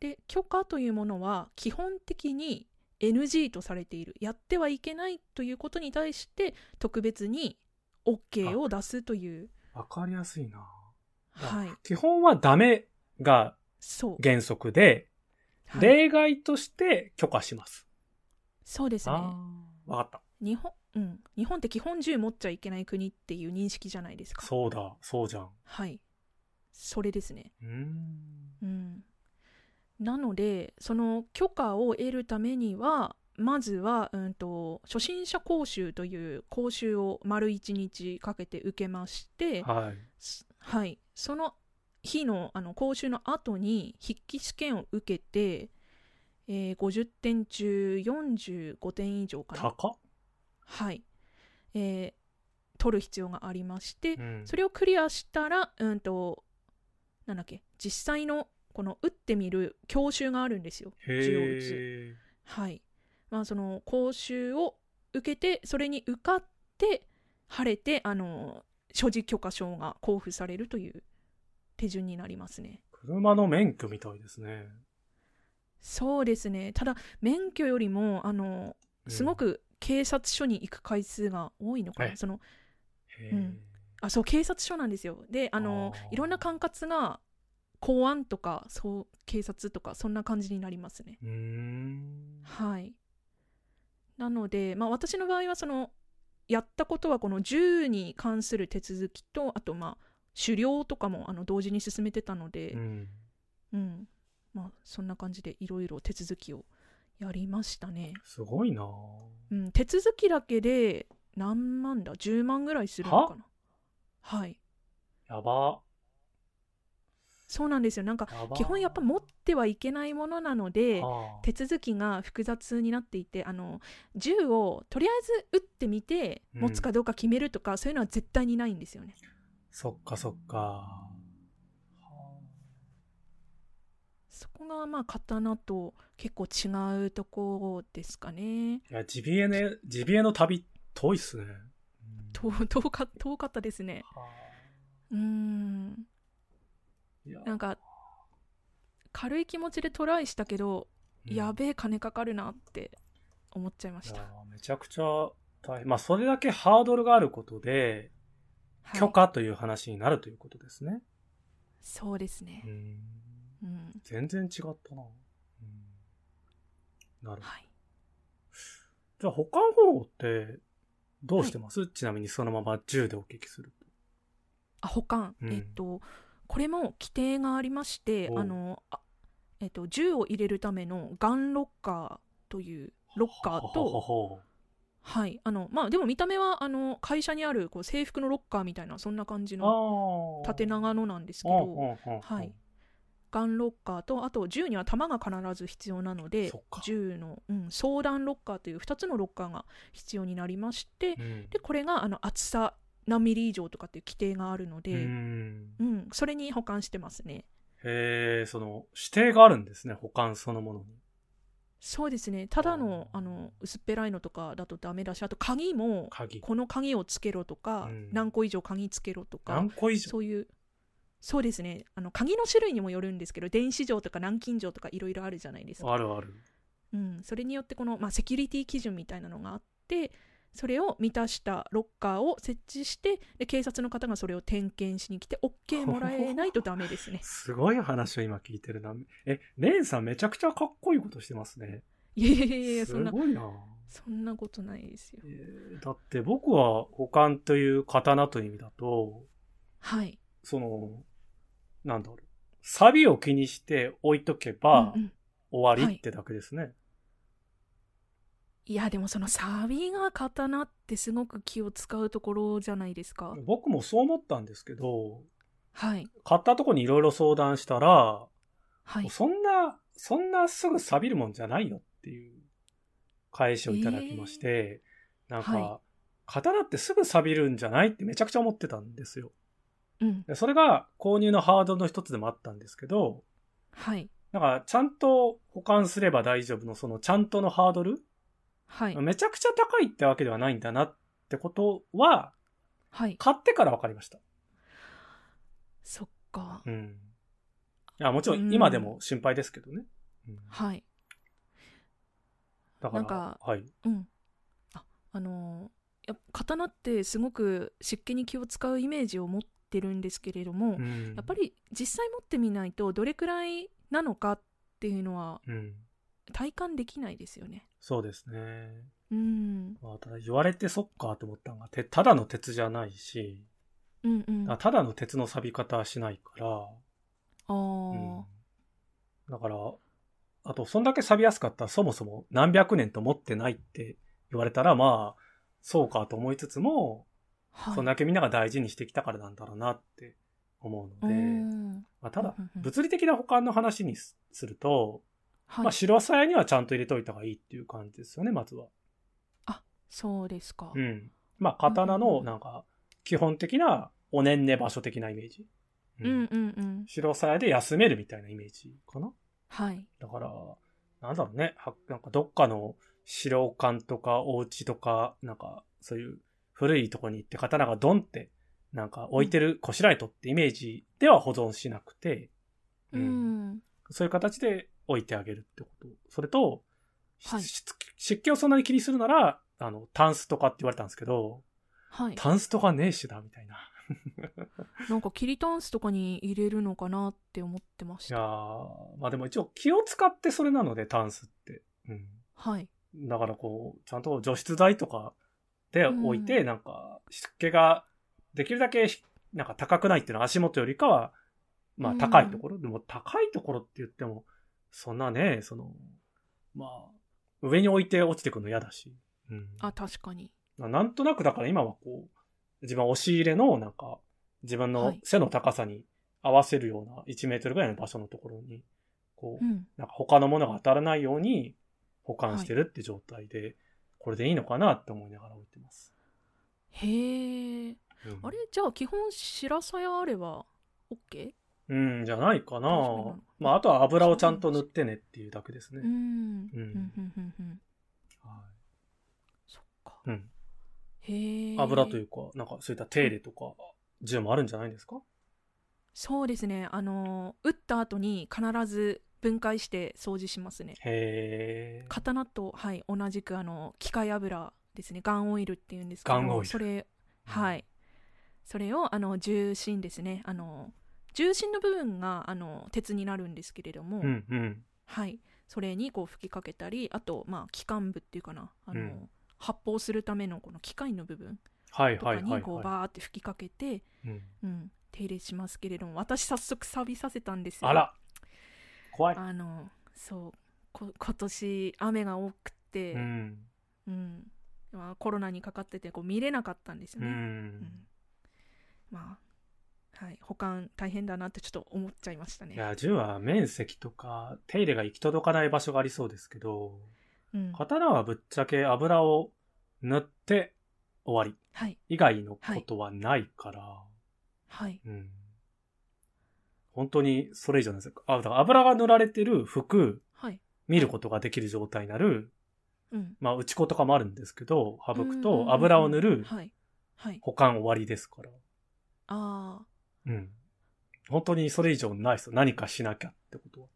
S1: で許可というものは基本的に NG とされているやってはいけないということに対して特別に OK を出すという
S2: わかりやすいな。あ
S1: はい
S2: 基本はダメが
S1: そう、
S2: 原則で、
S1: はい、
S2: 例外として許可します。
S1: そうですね
S2: わかった。
S1: 日本,、うん、日本って基本銃持っちゃいけない国っていう認識じゃないですか
S2: そうだ、そうじゃん。
S1: はいそれですね
S2: うーん。
S1: うんなのでその許可を得るためにはまずは、うん、と初心者講習という講習を丸1日かけて受けまして、
S2: はい。
S1: すはい、その日のあの講習の後に筆記試験を受けて、えー50点中45点以上かな、
S2: 高っ
S1: はいえー取る必要がありまして
S2: う、ん。
S1: それをクリアしたら、うんと、なんだっけ、実際のこの打ってみる教習があるんですよ。銃を撃つ。
S2: へえ。
S1: はい。まあ、その講習を受けて、それに受かって、晴れて、あの、所持許可証が交付されるという手順になりますね。
S2: 車の免許みたいですね。
S1: そうですね。ただ、免許よりも、あの、
S2: うん
S1: すご。く警察署に行く回数が多いのかな。
S2: え
S1: その、
S2: へえ
S1: うんあそう警察署なんですよであの
S2: あー
S1: いろんな管轄が公安とかそう警察とかそんな感じになりますね
S2: うーん。
S1: はいなのでまあ私の場合はそのやったことはこの銃に関する手続きとあとまあ狩猟とかもあの同時に進めてたので、
S2: うん。
S1: うん、まあそんな感じでいろいろ手続きをやりましたね。
S2: すごいなぁ
S1: うん、手続きだけで何万だ10万ぐらいするのかなはい
S2: やば。
S1: そうなんですよなんか
S2: やば。
S1: 基本やっぱ持ってはいけないものなので
S2: はあ
S1: 手続きが複雑になっていてあの銃をとりあえず撃ってみて
S2: うん
S1: 持つかどうか決めるとか、そういうのは絶対にないんですよね
S2: そっかそっか。は
S1: そこがまあ刀と結構違うとこですかね
S2: あいや、ジビエね、ジビエの旅、遠いっすね。う
S1: 遠 [LAUGHS]
S2: ん
S1: 遠か遠かったですね
S2: は
S1: うーん
S2: あいや
S1: なんか軽い気持ちでトライしたけど、
S2: うん
S1: やべえ金かかるなって思っちゃいま
S2: い
S1: し
S2: や
S1: た、
S2: ーめちゃくちゃ大変。まあ、それだけハードルがあることで、
S1: はい
S2: 許可という話になるということですね。
S1: そうですね
S2: うん
S1: うん
S2: 全然違ったな。うんなるほど。
S1: はい
S2: じゃあ、保管方法って、どうしてます、ちなみにそのまま銃でお聞きすると。
S1: あ保管、
S2: うん
S1: えっとこれも規定がありまして
S2: おう
S1: あのあえっと銃を入れるためのガンロッカーというロッカー
S2: ほほ
S1: と
S2: ほ
S1: はいあのまあでも見た目はあの会社にあるこう制服のロッカーみたいなそんな感じの
S2: ほあー
S1: 縦長のなんですけ
S2: うん
S1: ど
S2: うんうんうん
S1: はいガンロッカーとあと銃には弾が必ず必要なので
S2: そっか
S1: 銃の、うん、相談ロッカーという2つのロッカーが必要になりまして、
S2: うん
S1: でこれがあの厚さ何ミリ以上とかっていう規定があるので、
S2: うん
S1: うん、それに保管してますね。
S2: へえ、その、指定があるんですね、保管そのものに。
S1: そうですねただのあの薄っぺらいのとかだとダメだしあと鍵も
S2: 鍵。
S1: この鍵をつけろとか、
S2: うん
S1: 何個以上鍵つけろとか
S2: 何個以上
S1: そういうそうですねあの鍵の種類にもよるんですけど電子錠とか南京錠とかいろいろあるじゃないですか、
S2: あるある。
S1: うん、それによってこの、まあ、セキュリティ基準みたいなのがあってそれを満たしたロッカーを設置してで警察の方がそれを点検しに来て OK もらえないとダメ
S2: [LAUGHS]
S1: ですね
S2: すごい話を今聞いてるな。え、レンさんめちゃくちゃかっこいいことしてますね。
S1: いやいやいやいやそんな
S2: すごいな。
S1: そんなことないですよ
S2: えーだって僕は保管という刀という意味だと、
S1: はい
S2: その、なんだろう。サビを気にして置いとけば
S1: うんうん
S2: 終わりってだけですね。
S1: いやでもそのサビが刀ってすごく気を使うところじゃないですか
S2: 僕もそう思ったんですけど、
S1: はい
S2: 買ったとこにいろいろ相談したら、
S1: はい
S2: そんな、そんなすぐ錆びるもんじゃないよっていう返しをいただきまして、なんか、
S1: は
S2: 刀ってすぐ錆びるんじゃないってめちゃくちゃ思ってたんですよ。
S1: うん
S2: でそれが購入のハードルの一つでもあったんですけど、
S1: はい
S2: なんか、ちゃんと保管すれば大丈夫の、その、ちゃんとのハードル、
S1: はい
S2: めちゃくちゃ高いってわけではないんだなってことは、
S1: はい
S2: 買ってから分かりました。
S1: そっか
S2: うん。いや、もちろ
S1: うん
S2: ん、今でも心配ですけどね。うん
S1: はい
S2: だから、
S1: なんか
S2: はい。
S1: うん、ああのーやっぱ刀ってすごく湿気に気を使うイメージを持ってるんですけれども、やっぱ
S2: り、
S1: り実際持ってみないとどれくらいなのかっていうのは
S2: うん。
S1: 体感できないですよね。
S2: そうですね。
S1: うん、
S2: まあ、ただ言われてそっかと思ったのが、てただの鉄じゃないし、
S1: うんうん
S2: だ
S1: あ
S2: ただの鉄の錆び方はしないから、
S1: あー、
S2: うんだから、あと、そんだけ錆びやすかったら、そもそも何百年と持ってないって言われたら、まあ、そうかと思いつつも、
S1: はい
S2: そんだけみんなが大事にしてきたからなんだろうなって思う
S1: う
S2: ので、
S1: ん
S2: まあ、ただ
S1: うんうん、うん
S2: 物理的な保管の話にすすると、
S1: はい
S2: まあ、白鞘にはちゃんと入れといた方がいいっていう感じですよね、まずは。
S1: そうですか、
S2: うん。まあ、刀
S1: うんうんう
S2: の、
S1: ん
S2: なんか、基本的な、おねんね場所的なイメージ。
S1: うん、うんうん
S2: 白鞘で休めるみたいなイメージかな。
S1: はい
S2: だから、なんだろうね、はなんかどっかの資料館とかお家とか、なんかそういう古いとこに行って刀がドンって、なんか置いてるこしらえとってイメージでは保存しなくて、
S1: う、
S2: うんんそういう形で置いてあげるってこと。それと、し
S1: はい
S2: し湿気をそんなに気にするなら、あの、タンスとかって言われたんですけど、
S1: はい
S2: タンスとかねえしだ、みたいな。
S1: なんかキリタンスとかに入れるのかなって思ってまし
S2: いやー
S1: た
S2: まあでも一応気を使ってそれなので、タンスって。うん。
S1: はい
S2: だからこう、ちゃんと除湿剤とか、っておいて、なんか湿気ができるだけひなんか高くないっていうのは足元よりかは、まあ
S1: うん
S2: 高いところ、でも高いところって言っても、そんなね、その、まあ、上に置いて落ちてくるの嫌だし。うん
S1: あ、確かに。
S2: まあなんとなくだから今はこう、自分は押し入れのなんか、自分
S1: は
S2: の
S1: い
S2: 背の高さに合わせるような1メートルぐらいの場所のところに、こ
S1: う
S2: う、
S1: ん。
S2: なんか他のものが当たらないように保管してるって状態で、これでいいのかなって思いながら置いてます。
S1: へえ。
S2: うん
S1: あれじゃあ基本白さやあれば OK?
S2: うん、じゃないか
S1: 大丈夫な
S2: な
S1: の。
S2: まあ、あとは油をちゃんと塗ってねっていうだけですね
S1: う。ん。
S2: うん
S1: うんうんうんうん。
S2: は
S1: そっか。
S2: いうん。
S1: へえ。
S2: 油というか、なんかそういった手入れとか、銃もあるんじゃないですか
S1: そうですね。あのー打った後に必ず分解して掃除しますね。
S2: へー。
S1: 刀と、はい、同じくあの機械油ですね。ガンオイルっていうんですけ
S2: ガンオイ
S1: ど、
S2: ル
S1: それ、はい。それをあの重心ですね。あの重心の部分があの鉄になるんですけれども、
S2: うんうん。
S1: はい、それにこう吹きかけたりあと、まあ、機関部っていうかなあの、
S2: うん
S1: 発砲するためのこの機械の部分
S2: はい
S1: と
S2: は
S1: か
S2: いはい、
S1: にこう
S2: は
S1: バーって吹きかけて、
S2: い。うん
S1: うん、手入れしますけれども私早速錆びさせたんですよ
S2: あら怖い。
S1: あのそうこ今年雨が多くて、
S2: う
S1: うん
S2: ん。
S1: まあ、コロナにかかっててこう見れなかったんですよ
S2: う
S1: ね、
S2: ん。
S1: まあはい保管大変だなってちょっと思っちゃいました
S2: い
S1: ね、
S2: や、銃は面積とか手入れが行き届かない場所がありそうですけど、
S1: うん、は
S2: 刀はぶっちゃけ油を塗って終わり
S1: い
S2: 以外のことはないから、
S1: はい
S2: うん。本当にそれ以上なんですよ。あ、だから油が塗られてる服、
S1: はい
S2: 見ることができる状態になる、
S1: うん
S2: まあ、打ち粉とかもあるんですけど、省く
S1: うんうんうんうん
S2: と油を塗る
S1: はいはい
S2: 保管終わりですから。
S1: ああ
S2: うん。本当にそれ以上ないですよ。何かしなきゃってことは。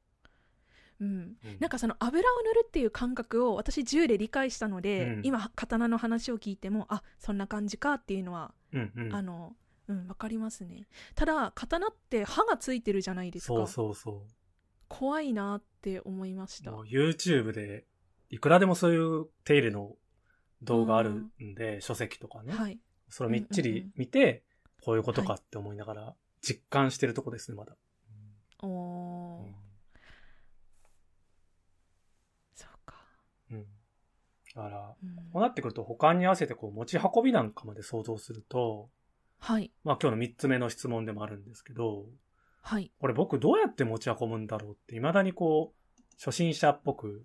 S1: うん
S2: うん
S1: なんかその油を塗るっていう感覚を私銃で理解したので、
S2: うん
S1: 今刀の話を聞いてもあそんな感じかっていうのは、
S2: うんうん。
S1: あのうんわかりますねただ刀って刃がついてるじゃないですか
S2: そうそうそ
S1: 怖いなって思いまし
S2: う。
S1: た
S2: もう YouTube で、いくらでもそういう手入れの動画あるんで、書籍とかね。
S1: はい
S2: それをみっち
S1: うんうんう
S2: り
S1: ん
S2: 見て、こういうことかって思いながら、実感してるとこですね、まだ。
S1: お
S2: う
S1: ー、
S2: ん
S1: そうか、
S2: うん。だから、
S1: うん
S2: こうなってくると、保管に合わせてこう持ち運びなんかまで想像すると、
S1: はい
S2: まあ今日の3つ目の質問でもあるんですけど、
S1: はい
S2: これ僕どうやって持ち運ぶんだろうって、未だにこう、初心者っぽく、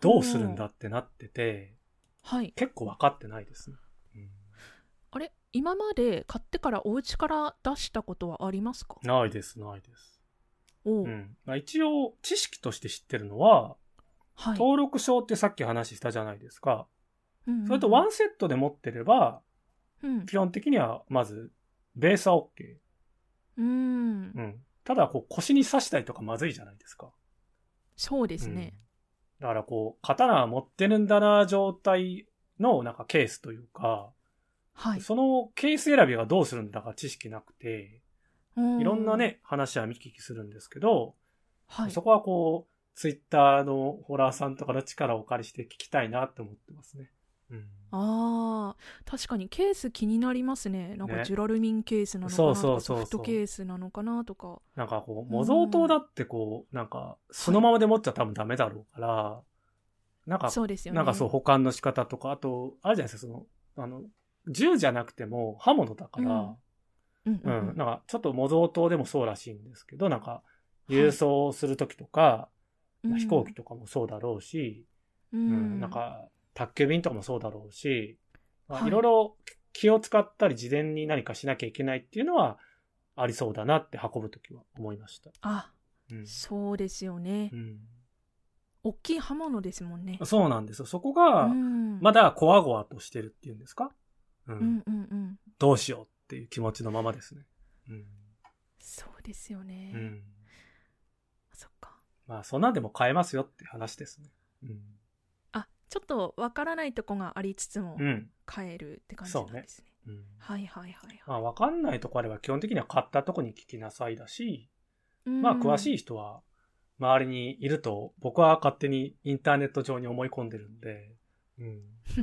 S2: どうするんだってなってて、
S1: はい
S2: 結構分かってないですね。
S1: あれ今まで買ってからお家から出したことはありますか
S2: ないです、ないです。
S1: おー
S2: うん。まあ、一応、知識として知ってるのは、
S1: はい
S2: 登録証ってさっき話したじゃないですか。
S1: うんうん
S2: それとワンセットで持ってれば、
S1: うん
S2: 基本的にはまず、ベースは OK。
S1: うん
S2: うん。ただ、こう、腰に刺したりとかまずいじゃないですか。
S1: そうですね、
S2: うん。だからこう、刀持ってるんだな状態のなんかケースというか、
S1: はい
S2: そのケース選びがどうするんだか知識なくて、いろんな、ね、話は見聞きするんですけど、
S1: うんはい、
S2: そこはこう、ツイッターのホラーさんとかの力をお借りして聞きたいなって思ってますね。うん。
S1: あー確かにケース気になりますねなんか
S2: ね
S1: ジュラルミンケースなのかな
S2: そ
S1: と
S2: う
S1: か、
S2: そうそうそう
S1: ソフトケースなのかなとか
S2: なんかこう、模造刀だってこう、なんか、そのままで持っちゃ多分ダメだろうから、なんか、
S1: そうですよね
S2: なんかそう、保管の仕方とか、あと、あるじゃないですか、その、あの、銃じゃなくても刃物だから、
S1: う、んう
S2: うんん、
S1: うん
S2: なんか、ちょっと模造刀でもそうらしいんですけど、なんか、郵送するときとか、まあ飛行機とかもそうだろうし、
S1: う
S2: うん
S1: ん、
S2: なんか、宅急便とかもそうだろうし、ま
S1: は
S2: あ、
S1: い
S2: いろいろ気を使ったり、事前に何かしなきゃいけないっていうのは、ありそうだなって運ぶときは思いました。
S1: あ
S2: うん
S1: そうですよね、
S2: うん
S1: 大きい刃物ですもんね
S2: そうなんですよ。そこが
S1: う、ん
S2: まだこわごわとしてるっていうんですか、うん
S1: うんうんうん
S2: どうしようっていう気持ちのままですね。うん。
S1: そうですよね、
S2: うん。
S1: そっか
S2: まあ、そんなんでも買えますよって話ですね。うん。
S1: あちょっとわからないとこがありつつも
S2: うん。
S1: 変えるって感じなんですね,、
S2: うん、
S1: はいはいはい
S2: ま
S1: は
S2: あ、わかんないとこあれば基本的には買ったとこに聞きなさいだし、
S1: い
S2: まあ、詳し
S1: い
S2: い人は周りにいると僕は勝手にインターネット上に思い込んでるんで、うん。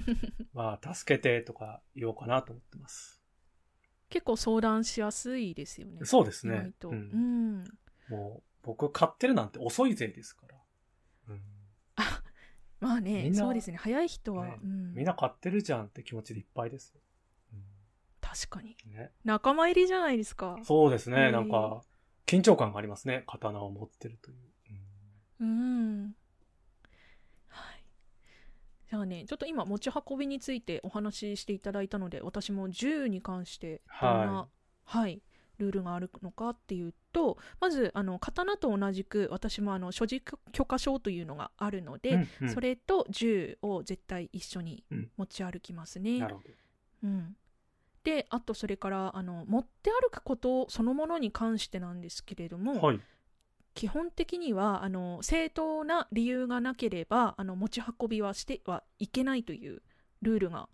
S2: [LAUGHS] まあ、助けてとか言おうかなと思ってます。
S1: 結構相談しやすいですよね。
S2: そうです
S1: 意外
S2: ね。
S1: と。
S2: う、
S1: うんん。
S2: もう、僕買ってるなんて遅いぜですから。うん、
S1: あまあ
S2: み
S1: ね
S2: ん、な
S1: そうですね。早い人は、
S2: ね
S1: うん、
S2: みんな買ってるじゃんって気持ちでいっぱいですよ。
S1: 確かに。
S2: うんね、
S1: 仲間入りじゃないですか。
S2: そうです
S1: う
S2: ね。
S1: ん
S2: なんか、緊張感がありますね。刀を持ってるという。
S1: うん。はい。じゃあね、ちょっと今、持ち運びについてお話ししていただいたので、私も銃に関して、どんな、はい、ルールがあるのかっていうと、まず、あの、刀と同じく、私も、あの、所持許可証というのがあるので、
S2: うんうん
S1: それと銃を絶対一緒に
S2: うん
S1: 持ち歩きますね。
S2: なるほど。
S1: うん、であとそれからあの持って歩くことそのものに関してなんですけれども、
S2: はい。
S1: 基本的にはあの正当な理由がなければあの持ち運びはしてはいけないというルールが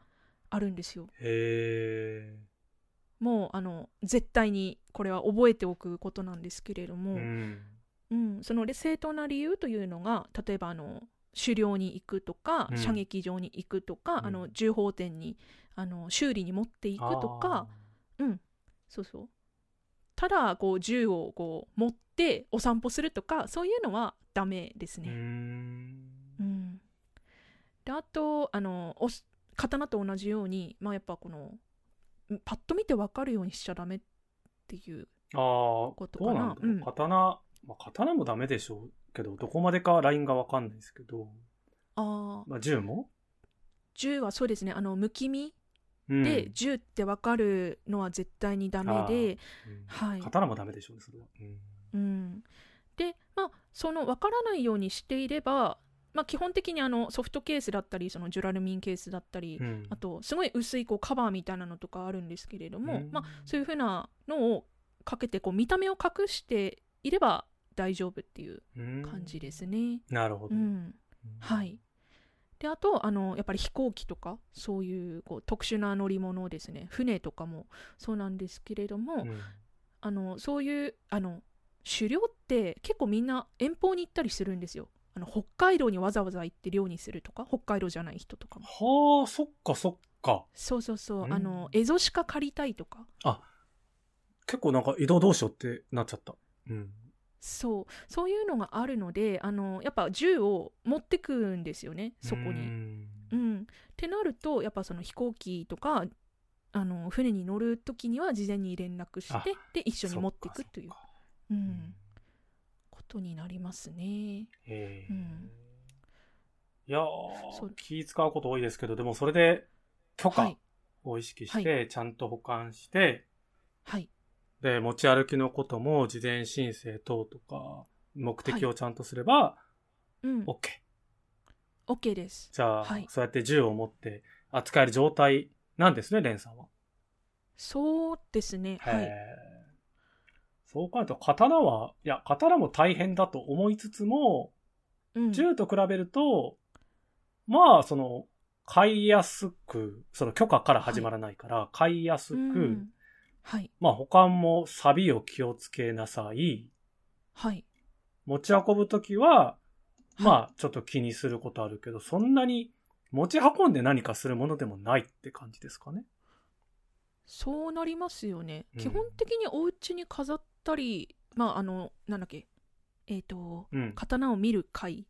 S1: あるんですよ。
S2: へ
S1: もうあの絶対にこれは覚えておくことなんですけれど
S2: ー。
S1: も、
S2: うん。
S1: うん、その正当な理由というのが例えばあの狩猟に行くとか、
S2: うん
S1: 射撃場に行くとか、
S2: うん
S1: あの銃砲店にあの修理に持っていくとか。そうそう。ただこう銃をこう持ってお散歩するとかそういうのはダメです
S2: あー。うー
S1: ね。
S2: ん。
S1: うん。であとあのおし刀と同じようにまあやっぱこのんパッと見てわかるようにしちゃダメっていう。
S2: ああ、ど
S1: ことか
S2: う
S1: な
S2: なんだろ
S1: うん
S2: う。刀、まあ、刀もダメでしょうけど、どこまでかラインがわかんないですけど、
S1: あー
S2: まあ、銃も
S1: 銃はそうですねあのむき身
S2: うん
S1: で、銃ってわかるのは絶対にダメで、
S2: うん
S1: はい。
S2: 刀もダメでしょうね、それは。うん
S1: うん、でまあその分からないようにしていれば、まあ、基本的にあのソフトケースだったりそのジュラルミンケースだったり、
S2: うん
S1: あとすごい薄いこうカバーみたいなのとかあるんですけれども、
S2: うん
S1: まあ、そういうふうなのをかけてこう見た目を隠していれば大丈夫っていう感じですね。
S2: なるほ
S1: う
S2: ど。
S1: ん、はいであとあのやっぱり飛行機とかそういうこう特殊な乗り物ですね船とかもそうなんですけれども、
S2: うん
S1: あのそういうあの狩猟って結構みんな遠方に行ったりするんですよあの北海道にわざわざ行って漁にするとか北海道じゃない人とかも
S2: はあ、そっかそっか。
S1: そうそうそう、
S2: うん
S1: あのエゾシカ借りたいとか
S2: 結構なんか移動どうしようってなっちゃった。うん。
S1: そうそういうのがあるのであのやっぱ銃を持ってくんですよねそこ
S2: う
S1: に。
S2: ん
S1: うんってなるとやっぱその飛行機とかあの船に乗る時には事前に連絡し
S2: あ
S1: てで一緒に持ってい
S2: そ
S1: く
S2: っか
S1: という
S2: そっか
S1: う、
S2: うん
S1: ことになりますね。
S2: へえ
S1: うん
S2: いやー
S1: そう
S2: 気使うこと多いですけど、でもそれで許
S1: は
S2: 可
S1: い、
S2: を意識して、ちゃんと保管して、
S1: はい
S2: で、持ち歩きのことも事前申請等とか、目的をちゃんとすれば、
S1: うん、
S2: OK。
S1: OK です。
S2: じゃあ、
S1: はい
S2: そうやって銃を持って扱える状態なんですね、レンさんは。
S1: そうですね。は
S2: へ
S1: い。
S2: えそう考えると、刀は、いや、刀も大変だと思いつつも、
S1: うん、
S2: 銃と比べると、まあ、その、買いやすく、その許可から始まらないから、買いやす
S1: う
S2: く、
S1: んはい。
S2: まあ、保管も錆を気をつけなさい。
S1: はい。
S2: 持ち運ぶときは、
S1: は
S2: まあ、ちょっと気にすることあるけど、そんなに持ち運んで何かするものでもないって感じですかね。
S1: そうなりますよね。
S2: うん
S1: 基本的にお家に飾ったり、まあ、あの、なんだっけ、えっ、と、
S2: うん。
S1: 刀を見る会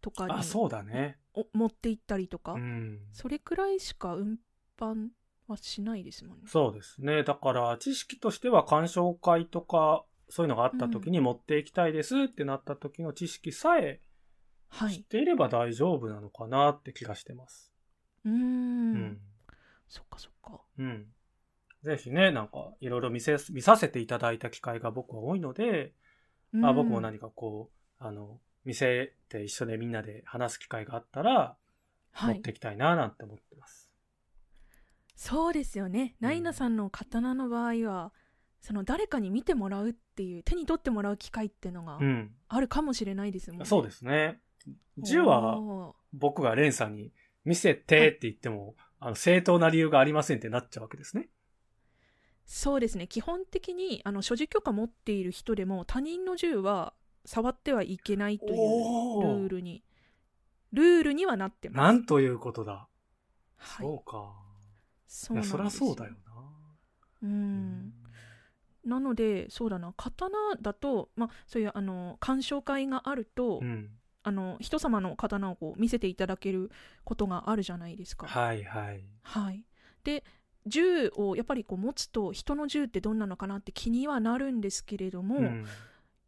S1: とかに
S2: あ、そうだね。
S1: お持って行ったりとか、
S2: うん。
S1: それくらいしか運搬はしないですもんね。
S2: そうですね。だから、知識としては鑑賞会とか、そういうのがあった時に持っていきたいですってなった時の知識さえ
S1: は
S2: 知っ
S1: い。
S2: ていれば大丈夫なのかなって気がしてます。
S1: うー,、
S2: うんん。
S1: そっかそっか。
S2: うん。ぜひね、なんか、いろいろ見せ、見させていただいた機会が僕は多いので、まあ僕も
S1: か、
S2: 何かこう、あの、見せて一緒でみんなで話す機会があったら、
S1: は
S2: 持
S1: い
S2: っ。ていきたいななんて思ってます。
S1: そうですよね。ナイナさんの刀の場合は、その誰かに見てもらうっていう、手に取ってもらう機会ってのが
S2: うん。
S1: あるかもしれないですもんね。
S2: そうですね。銃は
S1: おー
S2: 僕がレンさんに見せてって言っても、あの、正当な理由がありませんってなっちゃうわけですね。
S1: そうですね。基本的に、あの、所持許可持っている人でも、他人の銃は触ってはいけないというルー
S2: ル。
S1: ルにルールにはなってます。
S2: なんということだ。
S1: はい、
S2: そうか。
S1: そ
S2: いう
S1: なんで
S2: や、
S1: す
S2: そりゃそうだよ。な。
S1: う。
S2: うん
S1: なのでそうだな刀だと、まあ、そういうあの鑑賞会があると、
S2: うん。
S1: あの人様の刀をこう見せていただけることがあるじゃないですか。
S2: はいはい。
S1: はい、で銃をやっぱりこう持つと人の銃ってどんなのかなって気にはなるんですけれども、
S2: うん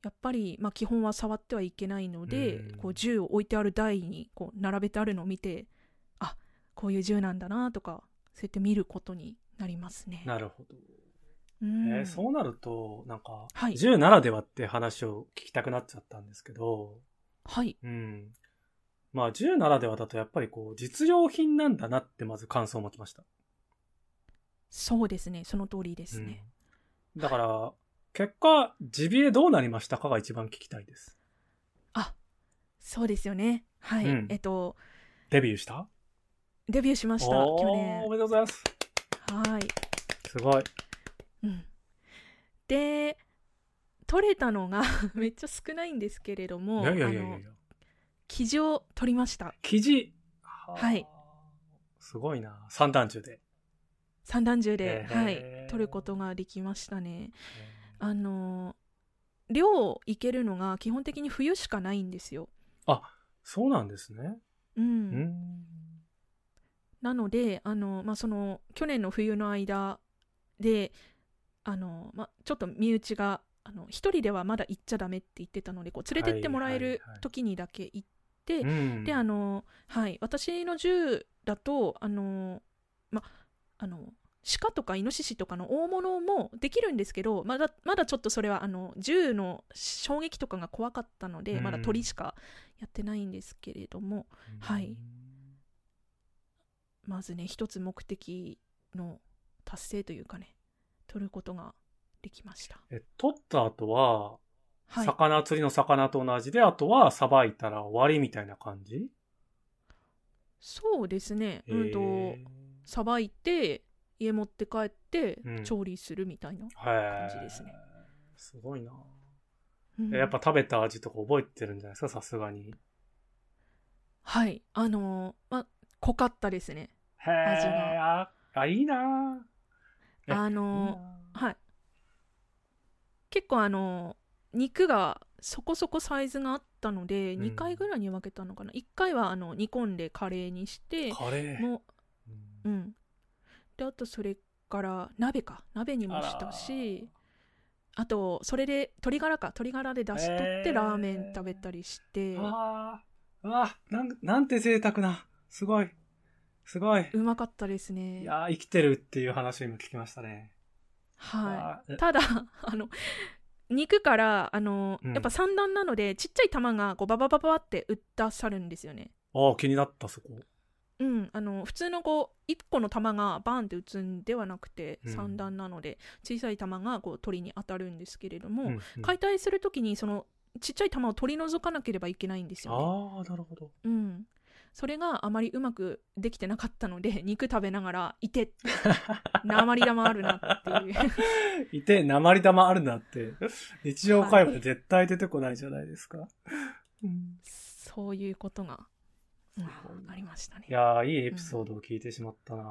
S1: やっぱり、まあ、基本は触ってはいけないので、
S2: うん
S1: こう銃を置いてある台にこう並べてあるのを見てあこういう銃なんだなとかそうやって見ることになりますね。
S2: なるほど。
S1: うん
S2: えーそうなると、なんか、
S1: はい
S2: 銃ならではって話を聞きたくなっちゃったんですけど、
S1: はい
S2: うん。まあ、銃ならではだとやっぱりこう、実用品なんだなってまず感想を持ちました。
S1: そうですねその通りですね。
S2: うん、だから、結果、ジビエどうなりましたかが一番聞きたいです。
S1: そうですよね。はい、
S2: うん
S1: えっと
S2: デビューした
S1: デビューしました去
S2: おーお
S1: 年。
S2: めでとうございます。
S1: はい。
S2: すごい。
S1: うん、で取れたのが [LAUGHS] めっちゃ少ないんですけれども、
S2: いやいやいやいや
S1: あの記事を取りました。
S2: 生地。
S1: はい
S2: あー。すごいな。三段中で。
S1: 三段銃で、
S2: へー
S1: はい、取ることができましたね。あの漁行けるのが基本的に冬しかないんですよ。
S2: そうなんですね。
S1: うん
S2: うん。
S1: なのであの、まあ、その去年の冬の間であの、まあ、ちょっと身内があの一人ではまだ行っちゃダメって言ってたのでこう連れてってもらえ
S2: はい
S1: る
S2: はいはい
S1: 時にだけ行って、
S2: うん
S1: であの、はい、私の銃だとあの、ま、あの鹿とかイノシシとかの大物もできるんですけどまだまだちょっとそれはあの銃の衝撃とかが怖かったので、
S2: うん
S1: まだ鳥しかやってないんですけれどもはいまずね一つ目的の達成というかね取ることができました。
S2: え、取った後は、
S1: はい、
S2: 魚釣りの魚と同じで、あとはさばいたら終わりみたいな感じ
S1: そうですね、うん
S2: へ
S1: と
S2: ー
S1: さばいて家持って帰って
S2: うん
S1: 調理するみたいな、
S2: はい。
S1: 感じですね。
S2: すごいな。
S1: うん
S2: えやっぱ食べた味とか覚えてるんじゃないですか、さすがに。
S1: はいあのーまあ濃かったですね
S2: へ
S1: 味
S2: え、あ、あいいな。え
S1: あ
S2: いい
S1: の
S2: な
S1: ーはい結構あのー肉がそこそこサイズがあったので
S2: うん
S1: 2回ぐらいに分けたのかな、1回はあの煮込んでカレーにして
S2: カレー。
S1: も
S2: うん
S1: ううんであとそれから鍋か鍋にもしたしあとそれで鶏ガラか鶏ガラで出汁取って
S2: へー
S1: ラーメン食べたりして、
S2: あーあーなんなんて贅沢なすごいすごいう
S1: まかったですね
S2: いやー生きてるっていう話を今聞きましたね
S1: はい
S2: あーえ
S1: ただ [LAUGHS] あの肉からあの、
S2: うん
S1: やっぱ三段なのでちっちゃい玉がこうバババババって打ったさるんですよね。
S2: ああ気になったそこ
S1: うん、あの普通のこう1個の玉がバーンって打つんではなくて
S2: うん
S1: 三段なので、小さい玉がこう鳥に当たるんですけれども、
S2: うんうん
S1: 解体する時にそのちっちゃい玉を取り除かなければいけないんですよね。
S2: ああなるほど
S1: うん、それがあまりうまくできてなかったので肉食べながら「い
S2: [LAUGHS]
S1: て鉛玉あるな」っていう
S2: [LAUGHS] いて鉛玉あるなって日常会話で絶対出てこないじゃないですか、うん
S1: そういうことが、うん
S2: ごいな
S1: ありましたね
S2: い。やーいいエピソードを聞いてしまったな、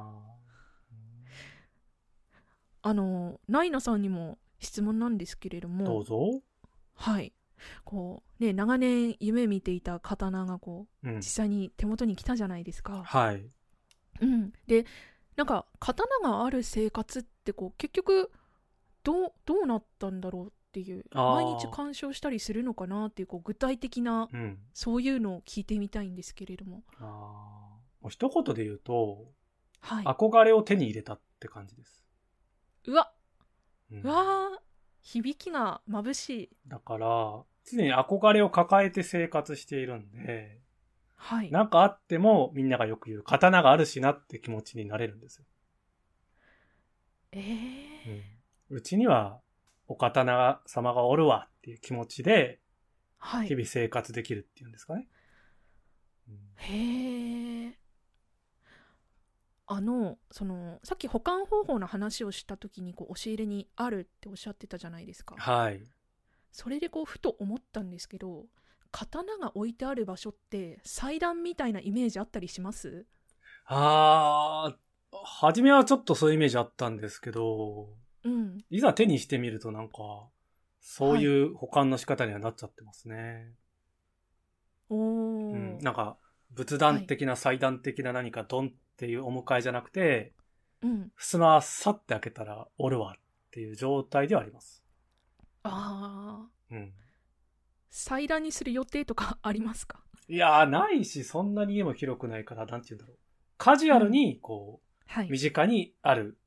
S1: あのナイナさんにも質問なんですけれど
S2: どう
S1: も、
S2: ぞ、
S1: はい、こうね長年夢見ていた刀がこう
S2: うん
S1: 実際に手元に来たじゃないですか。
S2: はい
S1: うん、でなんか刀がある生活ってこう結局どうどうなったんだろうっていう
S2: あー
S1: 毎日鑑賞したりするのかなっていうこう具体的な
S2: うん
S1: そういうのを聞いてみたいんですけれども、
S2: あーもう一言で言うと
S1: はい、
S2: 憧れを手に入れたって感じです、
S1: うわ
S2: うん
S1: うわー響きが眩しい。
S2: だから、常に憧れを抱えて生活しているんで、
S1: はい、
S2: なんかあってもみんながよく言う刀があるしなって気持ちになれるんですよ。
S1: え
S2: う
S1: ー
S2: ちにはお刀様がおるわっていう気持ちで
S1: はい、
S2: 日々生活できるっていうんですかね。
S1: へえあのそのさっき保管方法の話をした時にこう押し入れにあるっておっしゃってたじゃないですか
S2: はい。
S1: それでこうふと思ったんですけど刀が置いてある場所って祭壇みたいなイメージあったりします
S2: あー、初めはちょっとそういうイメージあったんですけど、
S1: うん
S2: いざ手にしてみるとなんか、そういう保管の仕方にはなっちゃってますね。
S1: おお、
S2: うん、なんか、仏壇的な祭壇的な何かドンっていうお迎えじゃなくて、
S1: うん
S2: 砂さって開けたらおるわっていう状態ではあります。
S1: ああ
S2: うん。
S1: 祭壇にする予定とかありますか
S2: いやー、ないし、そんなに家も広くないから、なんて言うんだろう。カジュアルに、こ
S1: は
S2: う、
S1: い
S2: 身近にある。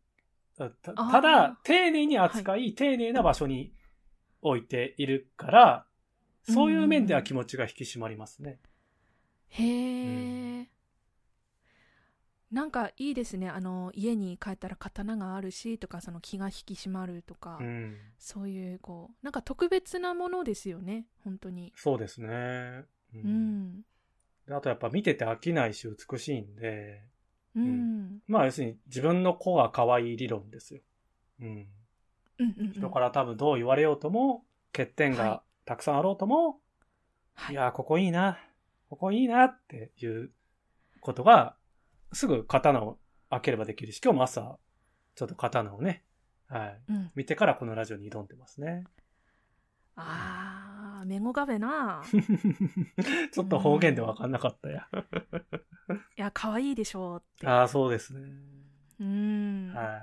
S2: たた
S1: あー
S2: ただ、丁寧に扱い、丁寧な場所に置いているから、そういう面では気持ちが引き締まりますね。
S1: へえ、なんかいいですねあの家に帰ったら刀があるしとかその気が引き締まるとか、
S2: うん。
S1: そういうこうなんか特別なものですよね本当に
S2: そうですね。う
S1: う。ん
S2: であとやっぱ見てて飽きないし、美しいんで、
S1: うん、うん
S2: まあ要するに自分の子が可愛い理論ですよ。うん。
S1: うんうん
S2: 人から多分どう言われようとも、欠点
S1: は
S2: がたくさんあろうとも、
S1: はいい、
S2: やー、ここいいな。ここいいなっていうことが、すぐ刀を開ければできるし、今日も朝、ちょっと刀をね、はい。
S1: うん、
S2: 見てからこのラジオに挑んでま
S1: [LAUGHS]
S2: すね。
S1: あーメゴカフェ
S2: [LAUGHS]
S1: ない
S2: ちょっと方言でわかんなかったや。
S1: や可愛いでしょうって
S2: ああ、そうですね。
S1: うん、
S2: は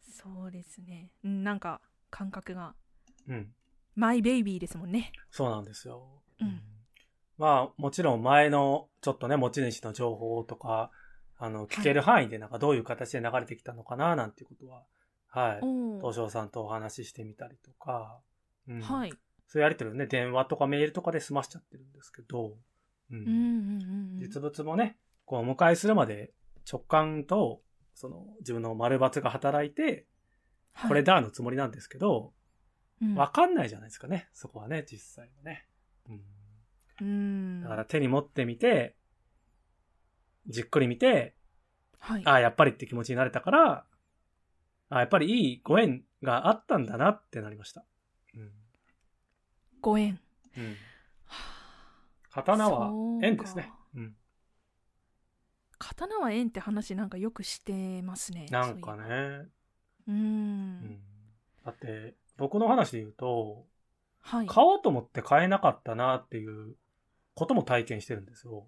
S1: そうですねうんなんか感覚が
S2: い。うん。
S1: マイベイビーですもんね
S2: そうなんですよ。
S1: うん
S2: まあ、もちろん前の、ちょっとね、持ち主の情報とか、あの、聞ける範囲で、なんかどういう形で流れてきたのかな、なんていうことは、はい。
S1: お
S2: 東
S1: ー
S2: 証さんとお話ししてみたりとか、うん、
S1: はい
S2: そういうやりとりをね、電話とかメールとかで済ましちゃってるんですけど、
S1: う
S2: う。
S1: んんうんうん
S2: 実物もね、こう、お迎えするまで直感と、その、自分の丸抜が働いて、これ、だのつもりなんですけど、
S1: はい
S2: わ、かんないじゃないですかね、そこはね、実際はね。うん。
S1: うん、
S2: だから手に持ってみて、じっくり見て、
S1: はい
S2: ああ、やっぱりって気持ちになれたから、ああ、やっぱりいいご縁があったんだなってなりました。うん。
S1: ご縁 [SIGHS]
S2: うん。
S1: はあ
S2: 刀は
S1: そうか
S2: 縁ですね。うん。
S1: 刀は縁って話なんかよくしてますね
S2: なんか
S1: ね
S2: ね。
S1: う
S2: うんん。だって、僕の話で言うと、
S1: はい
S2: 買おうと思って買えなかったなっていうことも体験してるんですよ。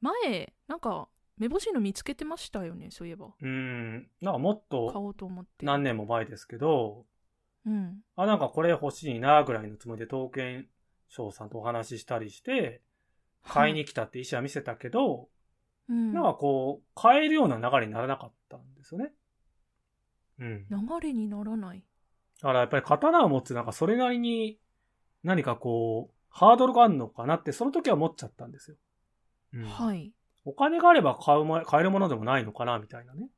S1: 前なんか目星の見つけてましたよねそういえば
S2: うん。なんかもっ
S1: 買
S2: と
S1: おうと思って
S2: 何年も前ですけど、
S1: うん
S2: あ、なんかこれ欲しいなぐらいのつもりで刀剣商さんとお話ししたりして、買いに来たって意思は見せたけど、
S1: うん
S2: なんかこう、買えるような流れにならなかったんですよね。うん。だ
S1: 流れにならない
S2: からやっぱり刀を持つなんかそれなりに何かこう、ハードルがあるのかなって、その時は思っちゃったんですよ。うん。
S1: はい
S2: お金があれば買うも、買えるものでもないのかな、みたいなね。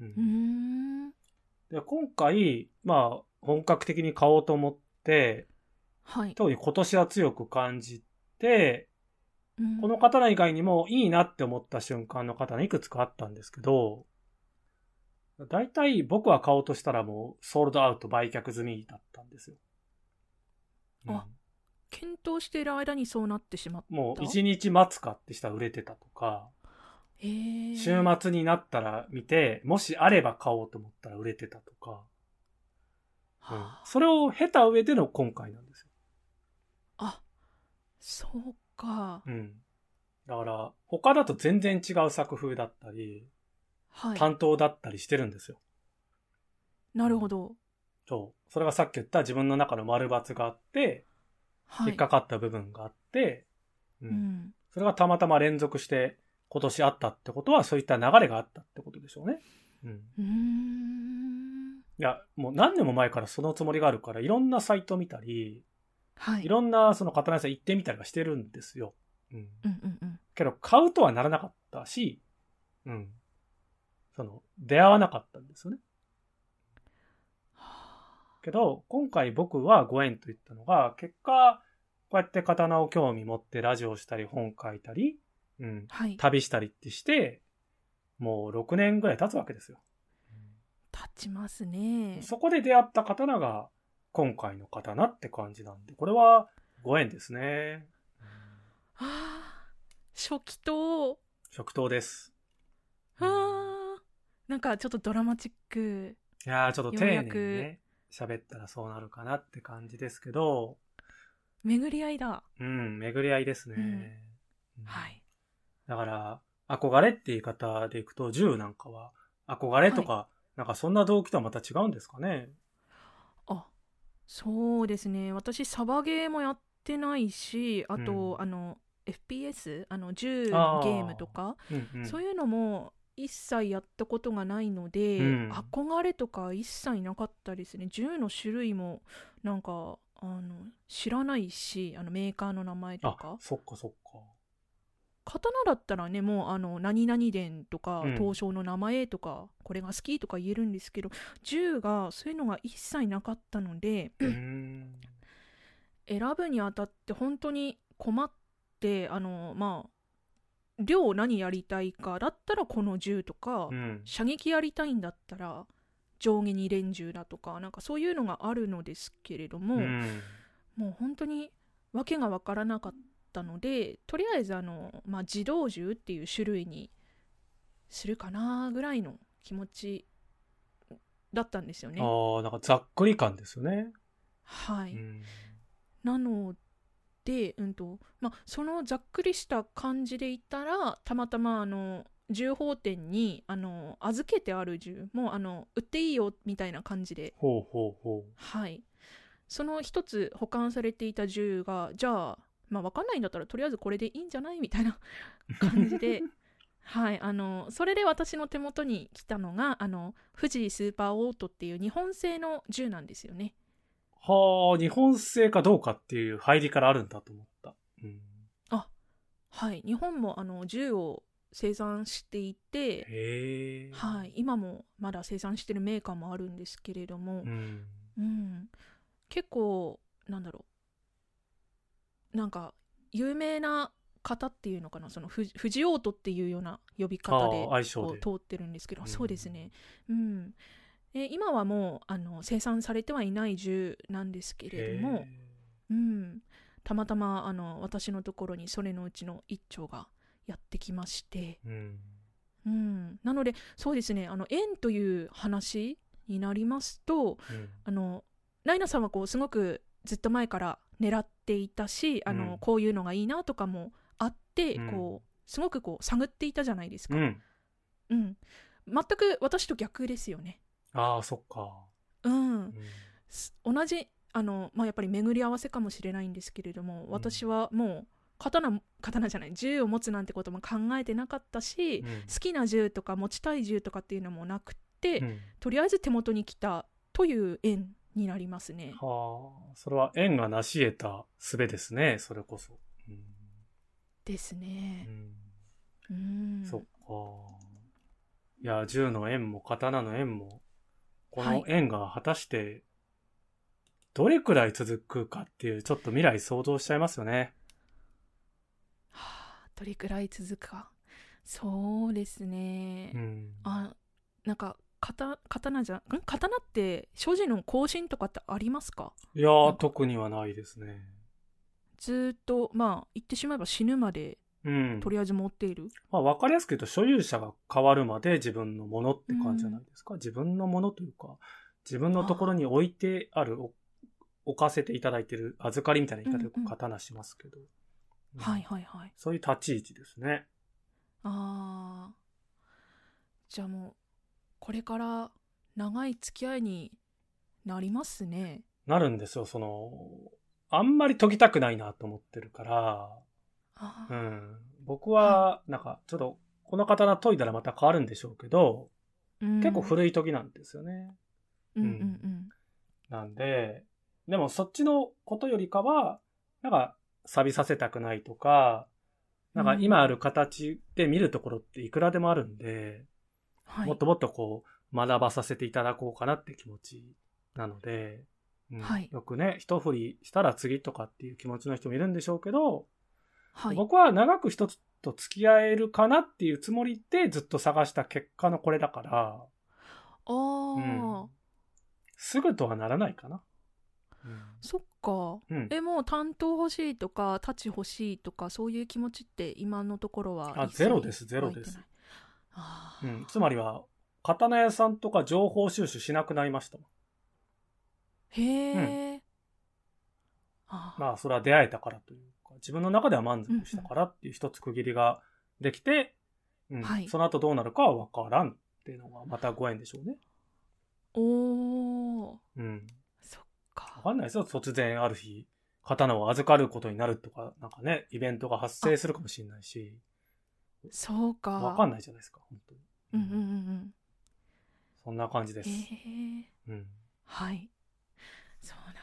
S2: う
S1: うー
S2: ん。
S1: ん
S2: で、今回、まあ、本格的に買おうと思って、
S1: はい
S2: 特に今年は強く感じて、
S1: うん
S2: この刀以外にもいいなって思った瞬間の刀いくつかあったんですけど、だいたい僕は買おうとしたらもうソールドアウト売却済みだったんですよ。うん
S1: あ検討している間にそうなってしまった
S2: もう一日待つかってしたら売れてたとか、
S1: へー
S2: 週末になったら見て、もしあれば買おうと思ったら売れてたとか、うん
S1: はあ
S2: それを経た上での今回なんですよ。
S1: あそうか
S2: うん。だから、他だと全然違う作風だったり、
S1: はい
S2: 担当だったりしてるんですよ。
S1: なるほど
S2: そう。それがさっき言った自分の中の丸抜があって、
S1: はい
S2: 引っかかった部分があって、う。
S1: うんん
S2: それがたまたま連続して今年あったってことは、そういった流れがあったってことでしょうね。うん。
S1: うーん
S2: いや、もう何年も前からそのつもりがあるから、いろんなサイト見たり、
S1: はい
S2: いろんなその刀屋さん行ってみたりはしてるんですよ。うん。
S1: うんうんうん
S2: けど、買うとはならなかったし、うん。その、出会わなかったんですよね。けど、今回僕はご縁と言ったのが、結果、こうやって刀を興味持ってラジオしたり、本書いたり、うん、
S1: はい
S2: 旅したりってして、もう6年ぐらい経つわけですよ。
S1: 立ちますね
S2: そこで出会った刀が、今回の刀って感じなんで、これはご縁ですね。
S1: あー初期と、
S2: 食刀です。
S1: あーなんかちょっとドラマチック。
S2: いやー、ちょっと丁寧に
S1: ようや
S2: ね、喋ったらそうなるかなって感じですけど、
S1: 巡り合いだ。
S2: うん、巡り合いですね。
S1: うん
S2: うん
S1: はい。
S2: だから、憧れって言い方でいくと、銃なんかは、憧れとか、なんかそんな動機とはまた違うんですかね。
S1: あそうですね私サバゲーもやってないしあと、
S2: うん
S1: あの FPS あの銃のゲームとか、
S2: うんうん、
S1: そういうのも一切やったことがないので、
S2: うん
S1: 憧れとか一切なかったですね銃の種類もなんかあの知らないしあのメーカーの名前と
S2: あ
S1: か、
S2: そっかそっか。
S1: 刀だったらねもうあの何々伝とか
S2: うん
S1: 東証の名前とか、これが好きとか言えるんですけど銃がそういうのが一切なかったので、
S2: うーん。
S1: 選ぶにあたって本当に困ってあのまあ量何やりたいかだったらこの銃とか、
S2: うん。
S1: 射撃やりたいんだったら上下に連銃だとかなんかそういうのがあるのですけれども、
S2: うん。
S1: もう本当に訳が分からなかったのでとりあえずあの、まあ、自動銃っていう種類にするかなぐらいの気持ちだったんですよね。
S2: ああ、なんかざっくり感ですよね。
S1: はい、
S2: うん。
S1: なので、うんとまあ、そのざっくりした感じで言ったらたまたまあの銃砲店にあの預けてある銃もうあの売っていいよみたいな感じで
S2: ほうほうほ
S1: はいその一つ保管されていた銃がじゃあまあ分かんないんだったらとりあえずこれでいいんじゃないみたいな感じで。はい、あのそれで私の手元に来たのがあの富士スーパーオートっていう日本製の銃なんですよね。
S2: う。はあ、日本製かどうかっていう入りからあるんだと思った。うん。
S1: はい、日本もあの銃を生産していて、
S2: へえ。
S1: はい、今もまだ生産してるメーカーもあるんですけれども
S2: う、ん。
S1: うん、結構なんだろうなんか有名な方っていうのかなそのフジフジオートっていうような呼び方
S2: あ
S1: で
S2: ー相性
S1: こ
S2: で
S1: う通ってるんですけど、
S2: うん
S1: そうですね、うん、で今はもうあの生産されてはいない銃なんですけれども
S2: へ、え
S1: うん、たまたまあの私のところにそれのうちの一丁がやってきまして、
S2: うん。
S1: うん、なのでそうですねあの縁という話になりますと
S2: うん
S1: あのライナさんはこうすごくずっと前から狙っていたしあの、
S2: うん
S1: こういうのがいいなとかもあって、
S2: うん
S1: こうすごくこう探っていたじゃないですか、
S2: うん。
S1: うん全く私と逆ですよね。
S2: ああ、そっか。
S1: うん
S2: う、ん
S1: す同じあの、まあ、やっぱり巡り合わせかもしれないんですけれども
S2: ん
S1: 私はもう刀も刀じゃない銃を持つなんてことも考えてなかったし、
S2: うん
S1: 好きな銃とか持ちたい銃とかっていうのもなくって、
S2: うん
S1: とりあえず手元に来たという縁になりますね。
S2: はあ、それは縁が成し得た術ですね、それこそ。うん
S1: です
S2: う
S1: ね。う
S2: ん
S1: ん
S2: そっか。いや、銃の縁も刀の縁も、こ
S1: は
S2: の
S1: い
S2: 縁が果たして、どれくらい続くかっていう、ちょっと未来想像しちゃいますよね。
S1: はあどれくらい続くかそうですね。
S2: うん。
S1: あなんか刀刀じゃん刀って所持の更新とかってありますか
S2: いやー、特にはないですね。
S1: ずーっとまあ言ってしまえば死ぬまで
S2: うん
S1: と。りあえず持っている、
S2: まあ、わかりやすく言うと、所有者が変わるまで自分のものって感じじゃないですか。自分のものというか、自分のところに置いてある、お置かせていただいてる、預かりみたいな言い方でよ
S1: うんうん
S2: く刀しますけど。うん
S1: はいはいはい
S2: そういう立ち位置ですね。
S1: あーじゃあもうこれから長い付き合いになりますね
S2: なるんですよ、その、あんまり研ぎたくないなと思ってるから、
S1: あ
S2: う
S1: ー、
S2: ん。僕は、なんか、ちょっと、この刀研いだらまた変わるんでしょうけど、
S1: うん
S2: 結構古い研ぎなんですよね。
S1: うんうんうん
S2: なんで、でもそっちのことよりかは、なんか、錆びさせたくないとか、なんか今ある形で見るところっていくらでもあるんで、
S1: はい
S2: もっともっとこう、学ばさせていただこうかなって気持ちなので、うん
S1: はい
S2: よくね、一振りしたら次とかっていう気持ちの人もいるんでしょうけど、
S1: はい
S2: 僕は長く一つと付き合えるかなっていうつもりでずっと探した結果のこれだから、
S1: あー、
S2: うんすぐとはならないかな。
S1: そっか
S2: うん。うん
S1: えもう担当欲しいとか太刀欲しいとかそういう気持ちって今のところは
S2: あ
S1: 一切
S2: ゼロですゼロで
S1: 湧いて
S2: す
S1: ないあ
S2: う
S1: ー
S2: ん、つまりは、刀屋さんとか情報収集しなくなりましたもん。
S1: へえ、あー
S2: まあ、それは出会えたからというか、自分の中では満足したからっていう一つ区切りができて、うん
S1: はい
S2: その後どうなるかはわからんっていうのがまたご縁でしょうね。
S1: おー
S2: うん。
S1: そっ
S2: わ
S1: か
S2: かんないですよ。突然ある日、刀を預かることになるとか、なんかね、イベントが発生するかもしれないし、
S1: そうか
S2: わかん
S1: い
S2: ないじゃないですか、本当
S1: うん
S2: に。
S1: うんうん
S2: そんな感じで
S1: うん
S2: す。
S1: へえ
S2: うん。
S1: はいそうなん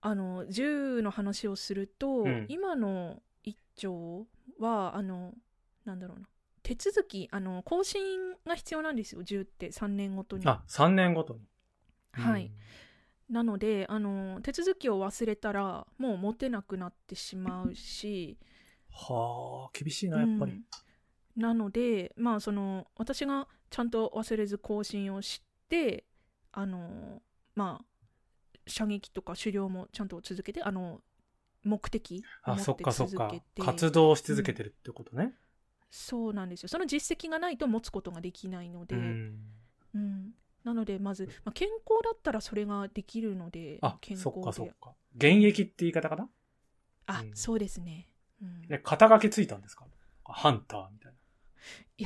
S1: あの銃の話をすると、
S2: うん
S1: 今の一丁はあのなんだろうな手続きあの更新が必要なんですよ銃って3年ごとに。
S2: あ、3年ごとに。
S1: はい
S2: うん。
S1: なのであの手続きを忘れたらもう持てなくなってしまうし、
S2: はあ、厳しいな、やっぱり。
S1: うんなのでまあその私がちゃんと忘れず更新をしてあのまあ射撃とか狩猟もちゃんと続けてあの目的を
S2: あ、
S1: 持
S2: そ
S1: っ
S2: ってかそっ
S1: 続
S2: か
S1: け。て
S2: 活動し続けてるってことね。
S1: そうなんですよその実績がないと持つことができないので、
S2: う
S1: うん
S2: ん。
S1: なのでまず、まあ、健康だったらそれができるので
S2: あ、
S1: 健
S2: そ
S1: 康
S2: っかそっ
S1: で
S2: か。現役って言い方かな
S1: あ、
S2: うん
S1: そうですね、うん
S2: ね、肩書きついたんですかハンターみたい
S1: い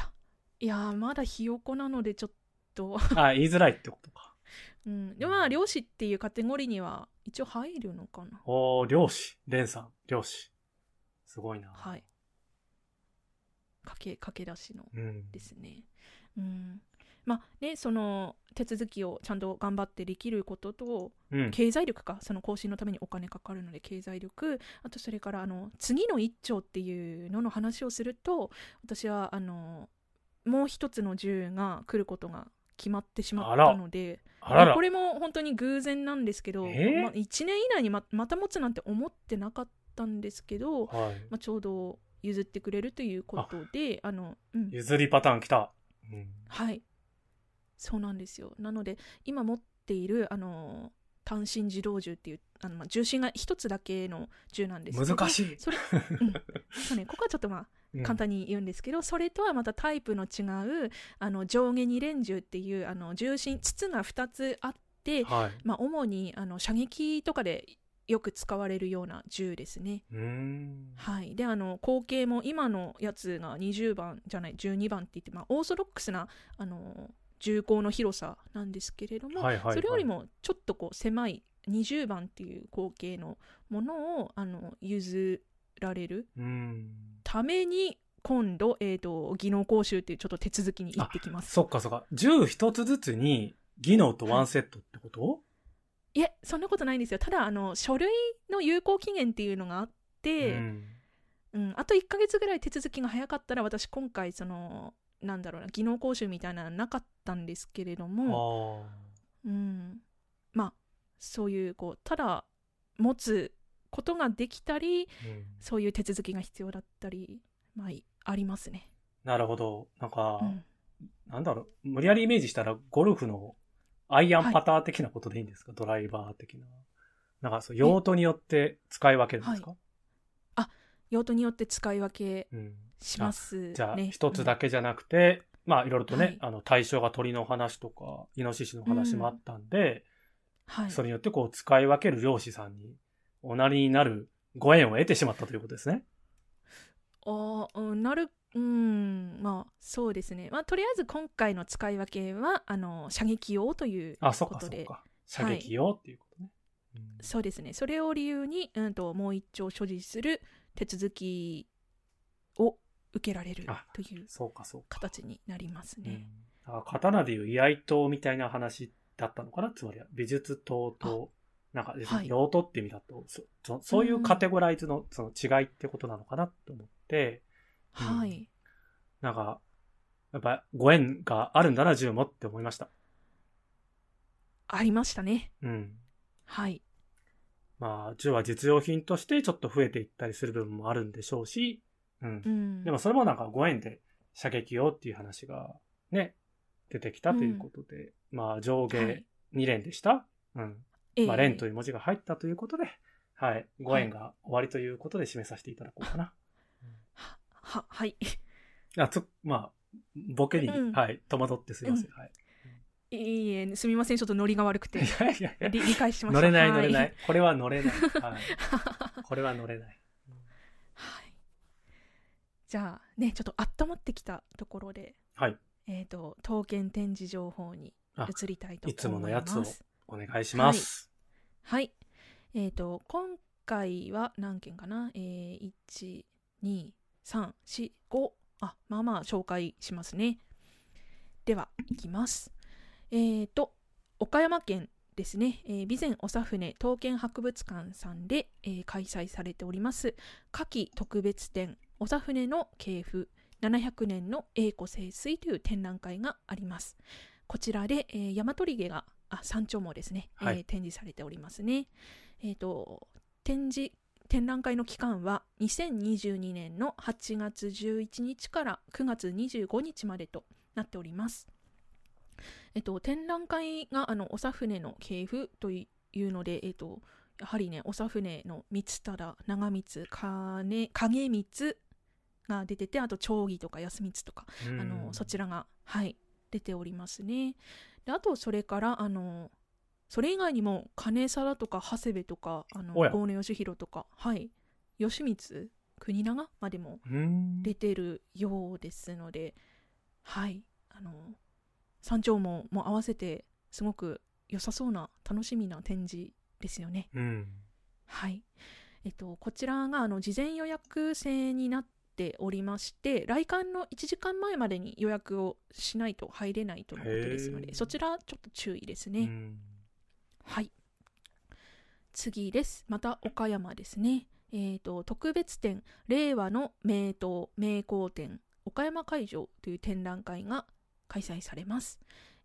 S1: やーまだひよこなのでちょっと
S2: な。あ、言いづらいってことか。
S1: うん、でまあ漁師っていうカテゴリーには一応入るのかな
S2: おー、漁師。レンさん、漁師。すごいな。
S1: はい駆け駆け出しの
S2: うん。
S1: ですねうんまあねその手続きをちゃんと頑張ってできることと
S2: うん。
S1: 経済力かその更新のためにお金かかるので経済力あとそれからあの次の一丁っていうのの話をすると私はあのもう一つの銃が来ることが決まってしまっ
S2: あら
S1: たので
S2: あら
S1: まあ
S2: ら
S1: こ。れも本当に偶然なんですけど、
S2: えー
S1: まあ、1年以内にままた持つなんて思ってなかったんですけど、
S2: はい。
S1: まあ、ちょうど譲ってくれるということであの、うん、
S2: 譲りパターン来た。うん。
S1: はいそうなんですよなので今持っているあの単身自動銃っていうあの、まあ、重心が一つだけの銃なんですけど
S2: 難しい。
S1: それ、うんそうね、ここはちょっとまあ
S2: うん
S1: 簡単に言うんですけど、それとはまたタイプの違うあの上下二連銃っていうあの重心筒が2つあって、
S2: はい。
S1: まあ、主にあの射撃とかでよく使われるような銃ですね。
S2: うーん。
S1: はい、であの口径も今のやつが20番じゃない12番って言って、まあ、オーソドックスなあの銃口の広さなんですけれども、
S2: はいはいはい。
S1: それよりもちょっとこう狭い20番っていう口径のものをあの譲られる
S2: うん。
S1: ために今度、えー、と技能講習っていうちょっと手続きに行ってきます。
S2: そっかそっか。銃一つずつに、技能とワンセットってこと、
S1: いえそんなことないんですよただあの書類の有効期限っていうのがあって、
S2: うん
S1: うん、あと1ヶ月ぐらい手続きが早かったら私今回そのなんだろうな技能講習みたいなのなかったんですけれども、
S2: ああ。
S1: うん、まあそういうこうただ持つことができたり
S2: うん
S1: そういう手続きが必要だったり、まあ、いありますね。
S2: なるほど。なんか、
S1: うん
S2: なんだろう、無理やりイメージしたら、ゴルフのアイアンパター的なことでいいんですか、ドライバー的な。なんかそう、用途によって使い分けるんですか、
S1: 用途によって使い分け
S2: うん。
S1: しますね。
S2: じゃあ、一つだ
S1: け、
S2: けじゃなくて、まあ、いろいろとね、
S1: はい
S2: あの、対象が鳥の話とか、イノシシの話もあったんで、
S1: はい、
S2: それによってこう、使い分ける漁師さんに、おなりになるご縁を得てしまったということですね。
S1: あーうん、なるうんまあそうですね、まあ、とりあえず今回の使い分けはあの射撃用という
S2: あ、そっ
S1: こ
S2: かそ
S1: と
S2: っ
S1: で
S2: か。射撃用っていうことね。うん
S1: そうですねそれを理由に、うん、ともう一丁所持する手続きを受けられる
S2: あ
S1: という
S2: そうかそうか。
S1: 形になります
S2: う
S1: ね
S2: ん。だから刀でいう居合刀みたいな話だったのかなつまりは美術刀と、なんかですね
S1: はい
S2: 用途って意味だとそそ、そういうカテゴライズのその違いってことなのかなと思って、うん
S1: はい
S2: なんか、やっぱご縁があるんだな、銃もって思いました。
S1: ありましたね
S2: うん。
S1: はい
S2: まあ、銃は実用品としてちょっと増えていったりする部分もあるんでしょうし、うん
S1: う。ん
S2: でもそれもなんかご縁で射撃用っていう話がね、出てきたということで、まあ上
S1: は
S2: 下
S1: い
S2: 2連でした、うん。
S1: ええ
S2: まあ、蓮という文字が入ったということで、はい、ご縁が終わりということで締めさせていただこうかな。
S1: は、は、はい。 [LAUGHS]
S2: あつまあ、ボケに、
S1: うん
S2: はい、戸惑ってすいません。はい、
S1: いいえ、すみません。ちょっとノリが悪くて。
S2: いやいやいや
S1: 理 [LAUGHS] 理解しました。
S2: 乗れない
S1: は
S2: 乗れない。。これは乗れない。はい、これは乗れない。
S1: [LAUGHS] はい。じゃあね、ちょっと温まってきたところで、
S2: はい、
S1: えっ、と、刀剣展示情報に移りたいと思います。
S2: いつものやつをお願いします。
S1: はい。えっ、と、今回は何件かなえー、1、2、3、4、5。あ、まあまあ紹介しますね。では、いきます。えっ、と、岡山県ですね、えー備前長船刀剣博物館さんで、えー開催されております、夏季特別展、長船の系譜700年の栄枯盛衰という展覧会があります。こちらで、えー、大和リが、あ、山頂もですね、えー
S2: はい
S1: 展示されておりますね。えっ、と、展示、展覧会の期間は2022年の8月11日から9月25日までとなっております。えっと、展覧会があの長船の系譜というので、えっと、やはりね長船の光忠長光金影光が出ててあと長義とか安光とか
S2: うん
S1: あのそちらがはい出ておりますね。であとそれからあのそれ以外にも金皿とか長谷部とかあの
S2: おや
S1: 大野義弘とかはい義満国長までも
S2: うん
S1: 出てるようですのではいあの山頂もも合わせてすごく良さそうな楽しみな展示ですよね。
S2: うん。
S1: はい、えっと、こちらがあの事前予約制になっておりまして来館の1時間前までに予約をしないと入れないとのことですの
S2: へ
S1: で
S2: ー
S1: そちらちょっと注意ですね。
S2: うん
S1: はい。次です。また岡山ですね。えー、と特別展「令和の名刀名工展岡山会場」という展覧会が開催されます。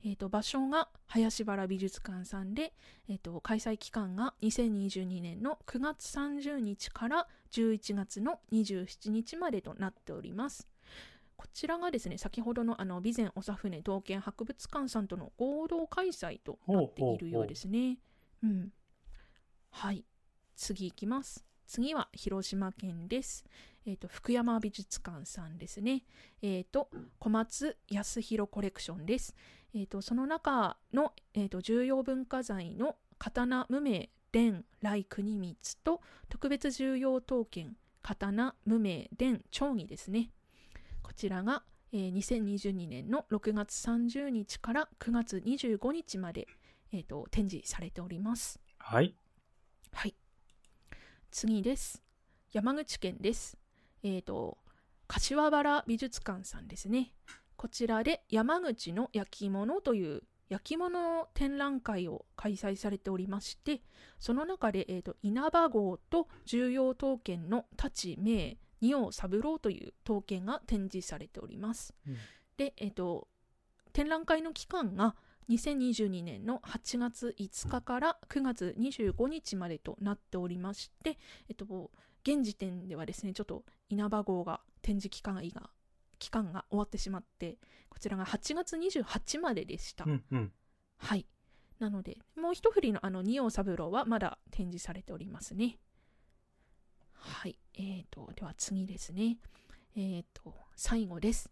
S1: えー、と場所が林原美術館さんで、えー、と開催期間が2022年の9月30日から11月の27日までとなっております。こちらがですね先ほどのあの備前長船刀剣博物館さんとの合同開催となっているようですね。うん、はい次いきます。次は広島県です。えっ、と福山美術館さんですね。えっ、と小松康弘コレクションです。えっ、とその中のえっ、と重要文化財の刀無名伝来国光と特別重要刀剣刀無名伝長義ですね。こちらが、えー2022年の6月30日から9月25日まで、えーと展示されております。
S2: はい。
S1: はい。次です。山口県です。えっ、と、柏原美術館さんですね。こちらで山口の焼き物という焼き物展覧会を開催されておりまして、その中で、えーと稲葉号と重要刀剣の太刀銘二王三郎という刀剣が展示されております。
S2: うん
S1: で、えっ、と、展覧会の期間が2022年の8月5日から9月25日までとなっておりまして、えっと、現時点ではですねちょっと稲葉号が展示期間が期間が終わってしまってこちらが8月28まででした、
S2: うんうん。
S1: はいなのでもう一振りのあの二王三郎はまだ展示されておりますねはいえー、とでは次ですねえー、と最後です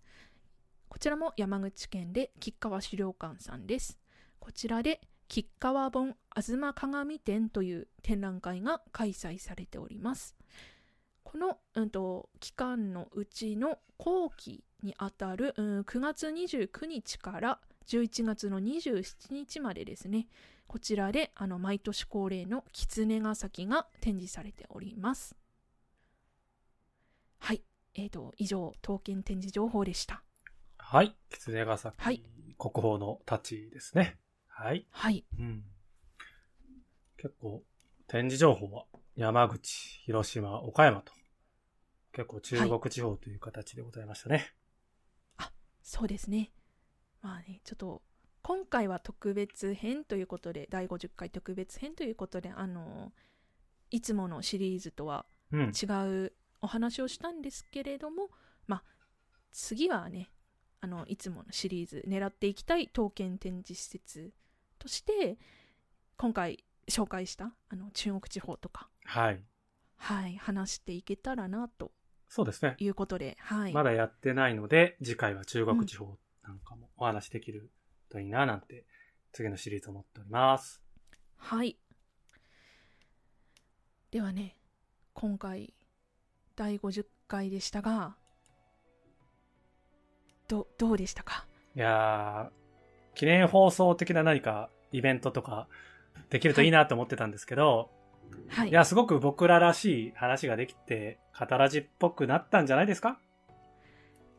S1: こちらも山口県で吉川資料館さんですこちらで吉川本東鏡展という展覧会が開催されております。この、うん、と期間のうちの後期にあたる、うん、9月29日から11月の27日までですねこちらであの毎年恒例の狐ヶ崎が展示されておりますはいえー、と以上刀剣展示情報でした
S2: はい。狐ヶ崎、
S1: はい
S2: 国宝の太刀ですね。はい。
S1: はい
S2: うん。結構、展示情報は山口、広島、岡山と、結構中国地方という形でございましたね。
S1: そうですね。まあね、ちょっと、今回は特別編ということで、第50回特別編ということで、あの、いつものシリーズとは
S2: うん。
S1: 違うお話をしたんですけれども、まあ、次はね、あの、いつものシリーズ、狙っていきたい刀剣展示施設として、今回紹介したあの中国地方とか、
S2: はい。
S1: はい、話していけたらなと
S2: そうですね。
S1: いうことで、はい、
S2: まだやってないので、次回は中国地方なんかもお話しできるといいななんて、次のシリーズ思っております。
S1: はい。ではね、今回、第50回でしたが、ど、どうでしたか
S2: いやー、記念放送的な何かイベントとかできるといいなと思ってたんですけど、、
S1: はいい。
S2: や、すごく僕ららしい話ができて、カタラジっぽくなったんじゃないですか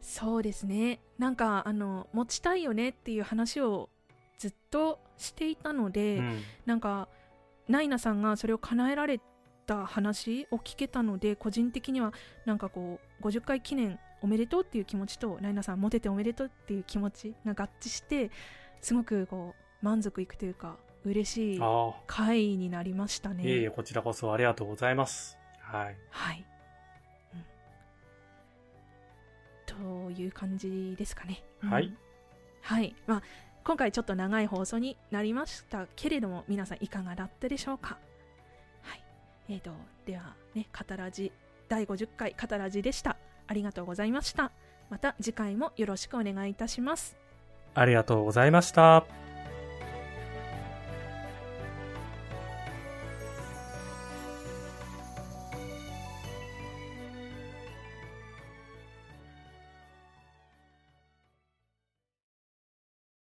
S1: そうですね。なんか、あの、持ちたいよねっていう話をずっとしていたので、
S2: うん。
S1: なんか、ナイナさんがそれを叶えられた話を聞けたので、個人的には、なんかこう、50回記念おめでとうっていう気持ちと、ナイナさんモテておめでとうっていう気持ちが合致して、すごくこう、満足いくというか、嬉しい
S2: あ
S1: 回になりました
S2: あ、
S1: ね。
S2: いえいえ、こちらこそありがとうございます。はい。
S1: はい、うん。という感じですかね。うん
S2: はい。
S1: はい。まあ、今回ちょっと長い放送になりましたけれども、皆さんいかがだったでしょうか。はい。えーと、ではね、カタラジ第50回カタラジでした。ありがとうございました。また次回もよろしくお願いいたします。
S2: ありがとうございました。